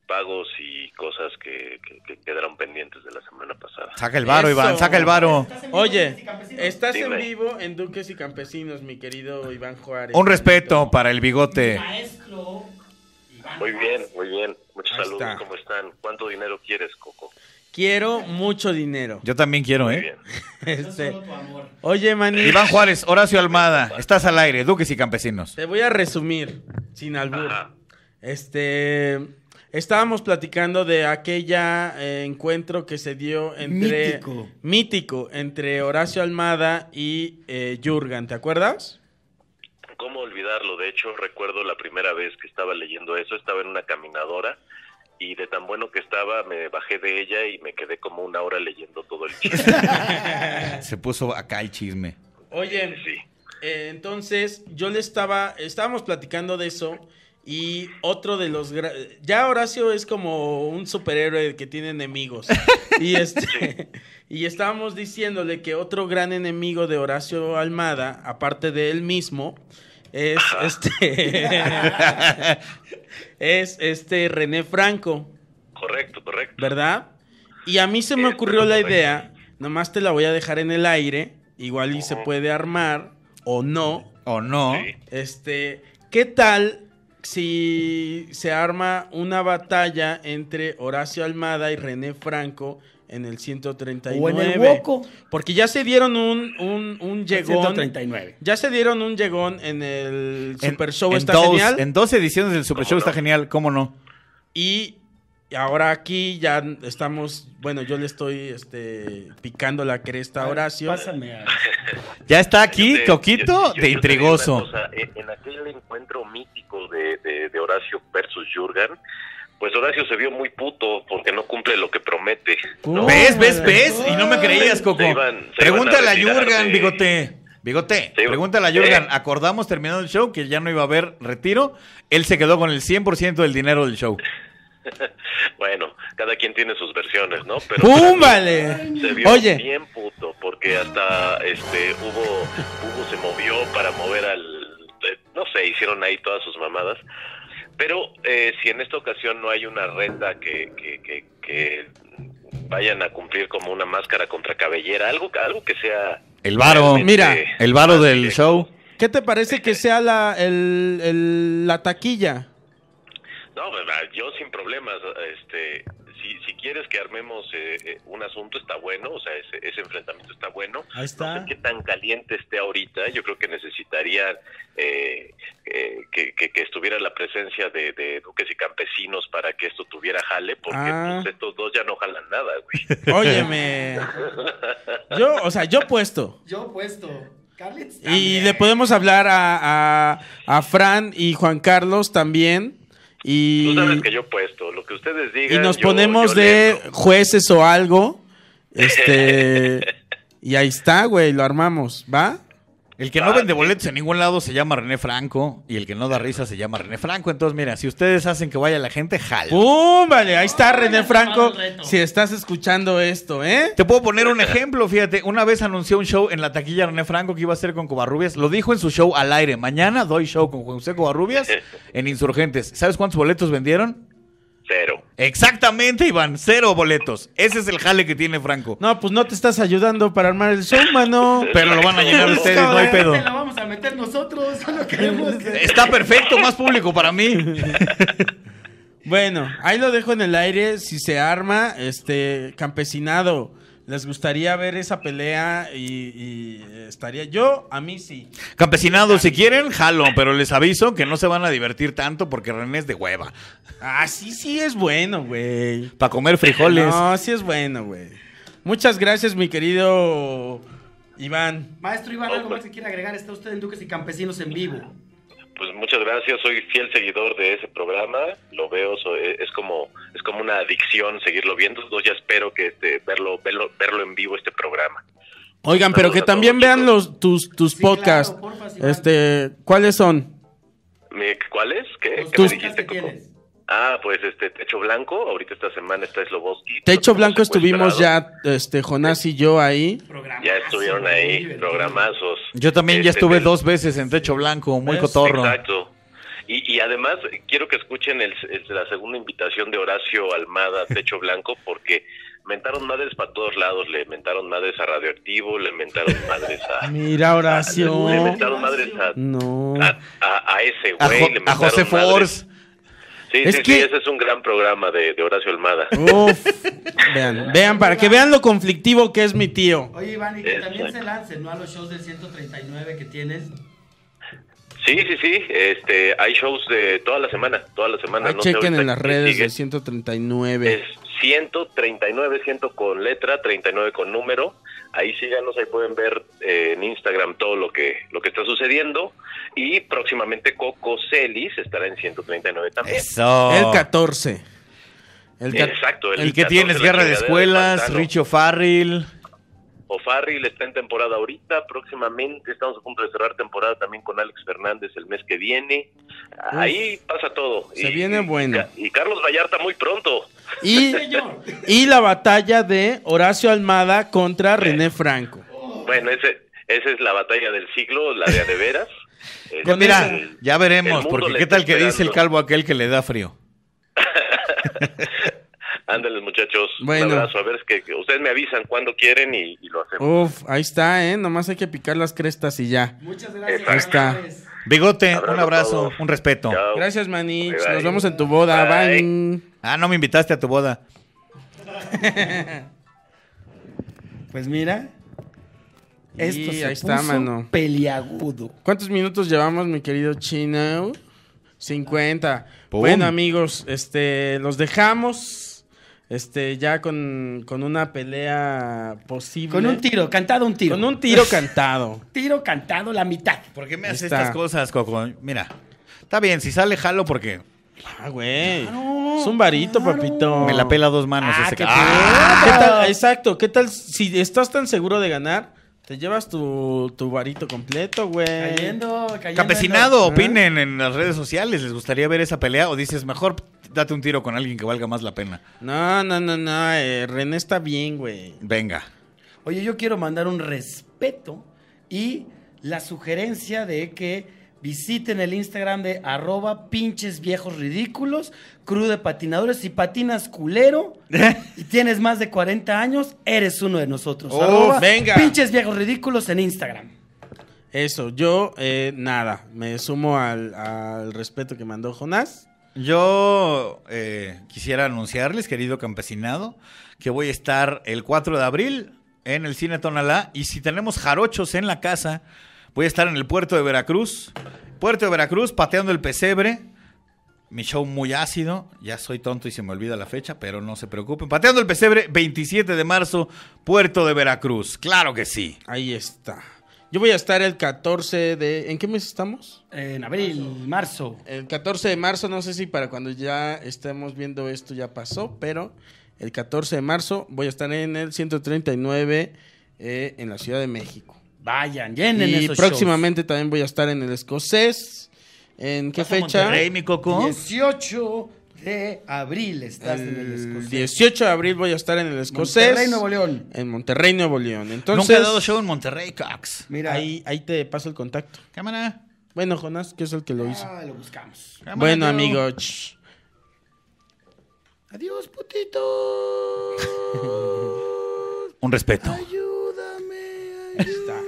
S8: pagos y cosas que, que- que quedaron pendientes de la semana pasada.
S5: Saca el varo,
S3: Eso.
S5: Iván, saca el varo.
S3: Oye, estás
S8: Dime.
S3: en vivo en Duques y Campesinos, mi querido Iván Juárez.
S5: Un respeto para el bigote.
S8: Muy bien, muy bien. Muchos
S3: Ahí
S8: saludos,
S3: está. ¿Eh?
S8: ¿cómo están? ¿Cuánto dinero quieres, Coco?
S3: Quiero mucho dinero.
S5: Yo también quiero,
S8: Muy
S5: ¿eh?
S8: bien.
S3: Este, Oye, Manich,
S5: Iván Juárez, Horacio Almada, estás al aire, Duques y Campesinos.
S3: te voy a resumir, sin albur.
S8: Ajá.
S3: Este, estábamos platicando de aquella eh, encuentro que se dio entre...
S4: Mítico.
S3: Mítico, entre Horacio Almada y eh, Jurgen, ¿te acuerdas?
S8: ¿Cómo olvidarlo? De hecho, recuerdo la primera vez que estaba leyendo eso, estaba en una caminadora y de tan bueno que estaba, me bajé de ella y me quedé como una hora leyendo todo el chiste.
S5: Se puso acá el chisme.
S3: Oye,
S8: Sí.
S3: eh, entonces yo le estaba, estábamos platicando de eso y otro de los... gra- Ya Horacio es como un superhéroe que tiene enemigos. y, este, y estábamos diciéndole que otro gran enemigo de Horacio Almada, aparte de él mismo, es este... es este René Franco.
S8: Correcto, correcto.
S3: ¿verdad? Y a mí se me
S8: Este,
S3: ocurrió la
S8: correcto.
S3: idea, nomás te la voy a dejar en el aire, igual y se puede armar o no.
S5: ¿O no?
S8: Sí.
S3: Este, ¿qué tal si se arma una batalla entre Horacio Almada y René Franco en el 139?
S4: O en el Woco.
S3: Porque ya se dieron un, un, un llegón.
S4: 139.
S3: Ya se dieron un llegón en el
S5: En-
S3: Super Show
S5: en
S3: está
S5: dos,
S3: genial.
S5: En dos ediciones del Super
S8: ¿Cómo
S5: Show
S8: no?
S5: está genial, ¿cómo no?
S3: Y ahora aquí ya estamos, bueno, yo le estoy este, picando la cresta a Horacio.
S4: Pásame a...
S5: Ya está aquí,
S8: Yo te- yo-
S5: Coquito,
S8: yo-
S5: de
S8: yo te digo
S5: intrigoso.
S8: una cosa, en, en aquel encuentro mítico de, de- de Horacio versus Jurgen, pues Horacio se vio muy puto porque no cumple lo que promete. ¿no?
S5: ¿Ves, ves, ves? Y no me creías, Coco.
S8: Se iban- se iban a
S5: Pregúntale a
S8: retirar
S5: Jurgen,
S8: de-
S5: bigote. Bigote,
S8: Se iba-
S5: pregúntale a Jurgen.
S8: ¿Eh?
S5: Acordamos terminando el show que ya no iba a haber retiro. Él se quedó con el 100% del dinero del show.
S8: Bueno, cada quien tiene sus versiones, ¿no? Pero para mí-
S3: ¡Púmbale!
S8: Se vio
S3: Oye.
S8: bien puto, porque hasta este Hugo, Hugo se movió para mover al... eh, No sé, hicieron ahí todas sus mamadas. Pero eh, si en esta ocasión no hay una reta que, que, que- que vayan a cumplir como una máscara contra cabellera, algo, algo que sea...
S5: El varo.
S8: realmente
S3: Mira,
S5: El varo
S8: más
S5: del
S8: directo.
S5: show.
S3: ¿Qué te parece que sea la, el- el- la taquilla?
S8: pues, va, yo sin problemas, este, si, si quieres que armemos eh, eh, un asunto está bueno, o sea, ese, ese enfrentamiento está bueno.
S3: Ahí está.
S8: No sé qué tan caliente esté ahorita, yo creo que necesitaría eh, eh, que, que- que estuviera la presencia de, de duques y campesinos para que esto tuviera jale, porque
S3: Ah.
S8: pues, estos dos ya no jalan nada, güey.
S3: Óyeme. Yo, o sea, yo puesto.
S2: Yo puesto. Carlitz.
S3: Y le podemos hablar a, a, a Fran y Juan Carlos también. Y,
S8: Tú sabes que yo puesto, lo que ustedes
S3: y
S8: digan.
S3: nos
S8: yo-
S3: ponemos
S8: yo le
S3: de
S8: entro.
S3: jueces o algo. Este. y ahí está, güey, lo armamos, ¿va?
S5: El que no vende boletos en ningún lado se llama René Franco y el que no da risa se llama René Franco. Entonces, mira, si ustedes hacen que vaya la gente, jala.
S3: ¡Pum! Vale, ahí está René Franco.
S4: el reto.
S3: Si estás escuchando esto, ¿eh?
S5: Te puedo poner un ejemplo, fíjate. Una vez anunció un show en la taquilla René Franco que iba a hacer con Covarrubias. Lo dijo en su show al aire. Mañana doy show con Juan José Covarrubias en Insurgentes. ¿Sabes cuántos boletos vendieron?
S8: Cero.
S5: Exactamente, Iván. Cero boletos. Ese es el jale que tiene Franco.
S3: No, pues no te estás ayudando para armar el show, mano.
S5: Pero lo van a llenar ustedes, no hay pedo.
S2: La vamos a meter nosotros, solo queremos que...
S5: Está perfecto, más público para mí.
S3: Bueno, ahí lo dejo en el aire. Si se arma, este, campesinado, les gustaría ver esa pelea y, y estaría yo, a mí sí.
S5: Campesinados, si quieren, jalo, pero les aviso que no se van a divertir tanto porque René es de hueva.
S3: Ah, sí, sí es bueno, güey.
S5: Para comer frijoles.
S3: No, sí es bueno, güey. Muchas gracias, mi querido Iván.
S2: Maestro Iván, algo más que quiera agregar, está usted en Duques y Campesinos en vivo.
S8: Pues muchas gracias, soy fiel seguidor de ese programa, lo veo, so- e- es como es como una adicción seguirlo viendo, entonces ya espero que este, verlo, verlo verlo en vivo este programa.
S3: Oigan, pero que también vean los tus tus
S2: Sí, claro,
S3: podcasts.
S2: porfa, Iván.
S3: este, ¿cuáles son?
S8: Mi- ¿Cuál es? ¿Qué,
S2: Los
S8: ¿qué me
S2: podcasts
S8: dijiste,
S2: que
S8: Coco?
S2: tienes.
S8: Ah, pues este Techo Blanco, ahorita esta semana está Sloboski.
S3: Techo
S8: Estamos
S3: Blanco estuvimos
S8: secuestrados.
S3: ya, este, Jonás y yo ahí.
S2: Programazo,
S8: Ya estuvieron
S2: muy
S8: ahí,
S2: divertido.
S8: programazos.
S5: Yo también ya
S8: Este,
S5: estuve
S8: del-
S5: dos veces en Techo Blanco, muy cotorro.
S8: Exacto. Y, y además eh, quiero que escuchen el- el- la segunda invitación de Horacio Almada, Techo Blanco, porque mentaron madres para todos lados, le mentaron madres a Radioactivo, le mentaron madres a...
S3: Mira, Horacio.
S8: Le mentaron madres a,
S3: No.
S8: a, a- a ese
S5: A,
S8: güey.
S5: Jo-
S8: le
S5: a
S8: mentaron
S5: José
S8: madres.
S5: Force.
S8: Sí,
S3: Es
S8: sí,
S3: que- Mm.
S8: sí, ese es un gran programa de, de Horacio Almada.
S3: Uf. Vean, vean, para que vean lo conflictivo que es mi tío.
S2: Oye, Iván, y que también
S8: Exacto.
S2: se lancen, ¿no? A los shows del 139 que tienes.
S8: Sí, sí, sí, este, hay shows de toda la semana, toda la semana.
S3: Ahí
S8: no sé
S3: chequen
S8: ahorita
S3: en las
S8: qué
S3: redes
S8: sigue.
S3: del 139.
S8: Es 139, 100 con letra, 39 con número. Ahí síganos, ahí pueden ver eh, en Instagram todo lo que lo que está sucediendo. Y próximamente Coco Celis estará en 139 también.
S5: Eso.
S3: El 14. El ca-
S8: Exacto.
S5: El que tienes guerra de escuelas, Richo Farrell.
S8: O Farril está en temporada ahorita, próximamente estamos a punto de cerrar temporada también con Alex Fernández el mes que viene. Ahí pasa todo.
S3: se viene bueno.
S8: Y Carlos Vallarta muy pronto.
S3: y, y la batalla de Horacio Almada contra René Franco.
S8: Bueno, ese, esa es la batalla del siglo, la de a de veras. Este,
S5: Pues Mira,
S8: el-
S5: ya
S8: el
S5: veremos,
S8: mundo
S5: porque
S8: le
S5: qué
S8: está
S5: tal que dice el
S8: esperando.
S5: calvo aquel que le da frío.
S8: Ándales, muchachos.
S3: Bueno.
S8: Un abrazo. A ver, es que que ustedes me avisan cuando quieren y, y lo hacemos.
S3: Uf, ahí está, ¿eh? Nomás hay que picar las crestas y ya.
S2: Muchas gracias.
S3: Ahí está.
S2: señores.
S5: Bigote,
S8: Abrazo
S5: un
S8: a
S5: abrazo,
S8: todos.
S5: un respeto.
S8: Chao.
S3: Gracias, Manich.
S8: Bye, bye.
S3: Nos vemos en tu boda.
S8: Bye.
S3: Bye.
S5: Ah, no me invitaste a tu boda.
S2: Pues mira, esto
S3: Y
S2: se
S3: ahí está,
S2: puso
S3: mano.
S2: peliagudo.
S3: ¿Cuántos minutos llevamos, mi querido Chino? 50.
S5: Pum.
S3: Bueno, amigos, este, los dejamos. Este, ya con, con una pelea posible.
S2: Con un tiro, cantado un tiro.
S3: Con un tiro cantado.
S2: tiro cantado la mitad.
S5: ¿Por qué me haces
S3: Está.
S5: estas cosas, Coco? Mira, está bien, si sale, jalo porque
S3: Ah, güey. es un varito, papito.
S5: me la pela dos manos.
S2: Ah,
S5: ese
S2: qué
S5: ca- ¡Ah!
S3: ¿Qué tal? Exacto. ¿Qué tal si estás tan seguro de ganar? Te llevas tu, tu varito completo, güey.
S2: Cayendo, cayendo.
S5: Campesinado,
S3: Ah.
S5: opinen en las redes sociales. ¿Les gustaría ver esa pelea? O dices, mejor date un tiro con alguien que valga más la pena.
S3: No, no, no, no. eh, René está bien, güey.
S5: Venga.
S2: Oye, yo quiero mandar un respeto y la sugerencia de que visiten el Instagram de arroba pinches viejos ridículos, crew de patinadores. Si patinas culero y tienes más de 40 años, eres uno de nosotros.
S3: Oh,
S2: Arroba
S3: venga.
S2: Pinches viejos ridículos en Instagram.
S3: Eso, yo eh, nada, me sumo al, al respeto que mandó Jonás.
S5: Yo eh, quisiera anunciarles, querido campesinado, que voy a estar el 4 de abril en el Cine Tonalá. Y si tenemos jarochos en la casa, voy a estar en el puerto de Veracruz. Puerto de Veracruz, pateando el pesebre. Mi show muy ácido. Ya soy tonto y se me olvida la fecha, pero no se preocupen. Pateando el pesebre, 27 de marzo, puerto de Veracruz. Claro que sí.
S3: Ahí está. Yo voy a estar el 14 de... ¿En qué mes estamos?
S2: En abril, marzo.
S3: El 14 de marzo, no sé si para cuando ya estemos viendo esto ya pasó, pero el 14 de marzo voy a estar en el 139 eh, en la Ciudad de México.
S2: Vayan, llenen
S3: y
S2: esos
S3: próximamente también voy a estar en el escocés. ¿En qué
S5: ¿Vas a
S3: fecha?
S5: Monterrey, mi coco?
S2: shows. 18 de abril estás en el
S3: El
S2: escocés.
S3: 18 de abril voy a estar en el escocés.
S2: Monterrey, Nuevo León.
S3: En Monterrey, Nuevo León. Entonces,
S5: Nunca he dado show en Monterrey, Cox.
S2: Mira.
S3: Ahí, ahí te paso el contacto.
S5: Cámara.
S3: Bueno, Jonás, que es el que lo hizo.
S2: Ah, lo buscamos.
S5: cámara,
S3: bueno,
S5: tío.
S3: amigos.
S2: Adiós, putito.
S5: Un respeto.
S2: Ayúdame.
S3: Ahí está.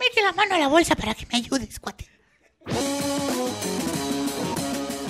S9: Mete la mano a la bolsa para que me ayudes, cuate.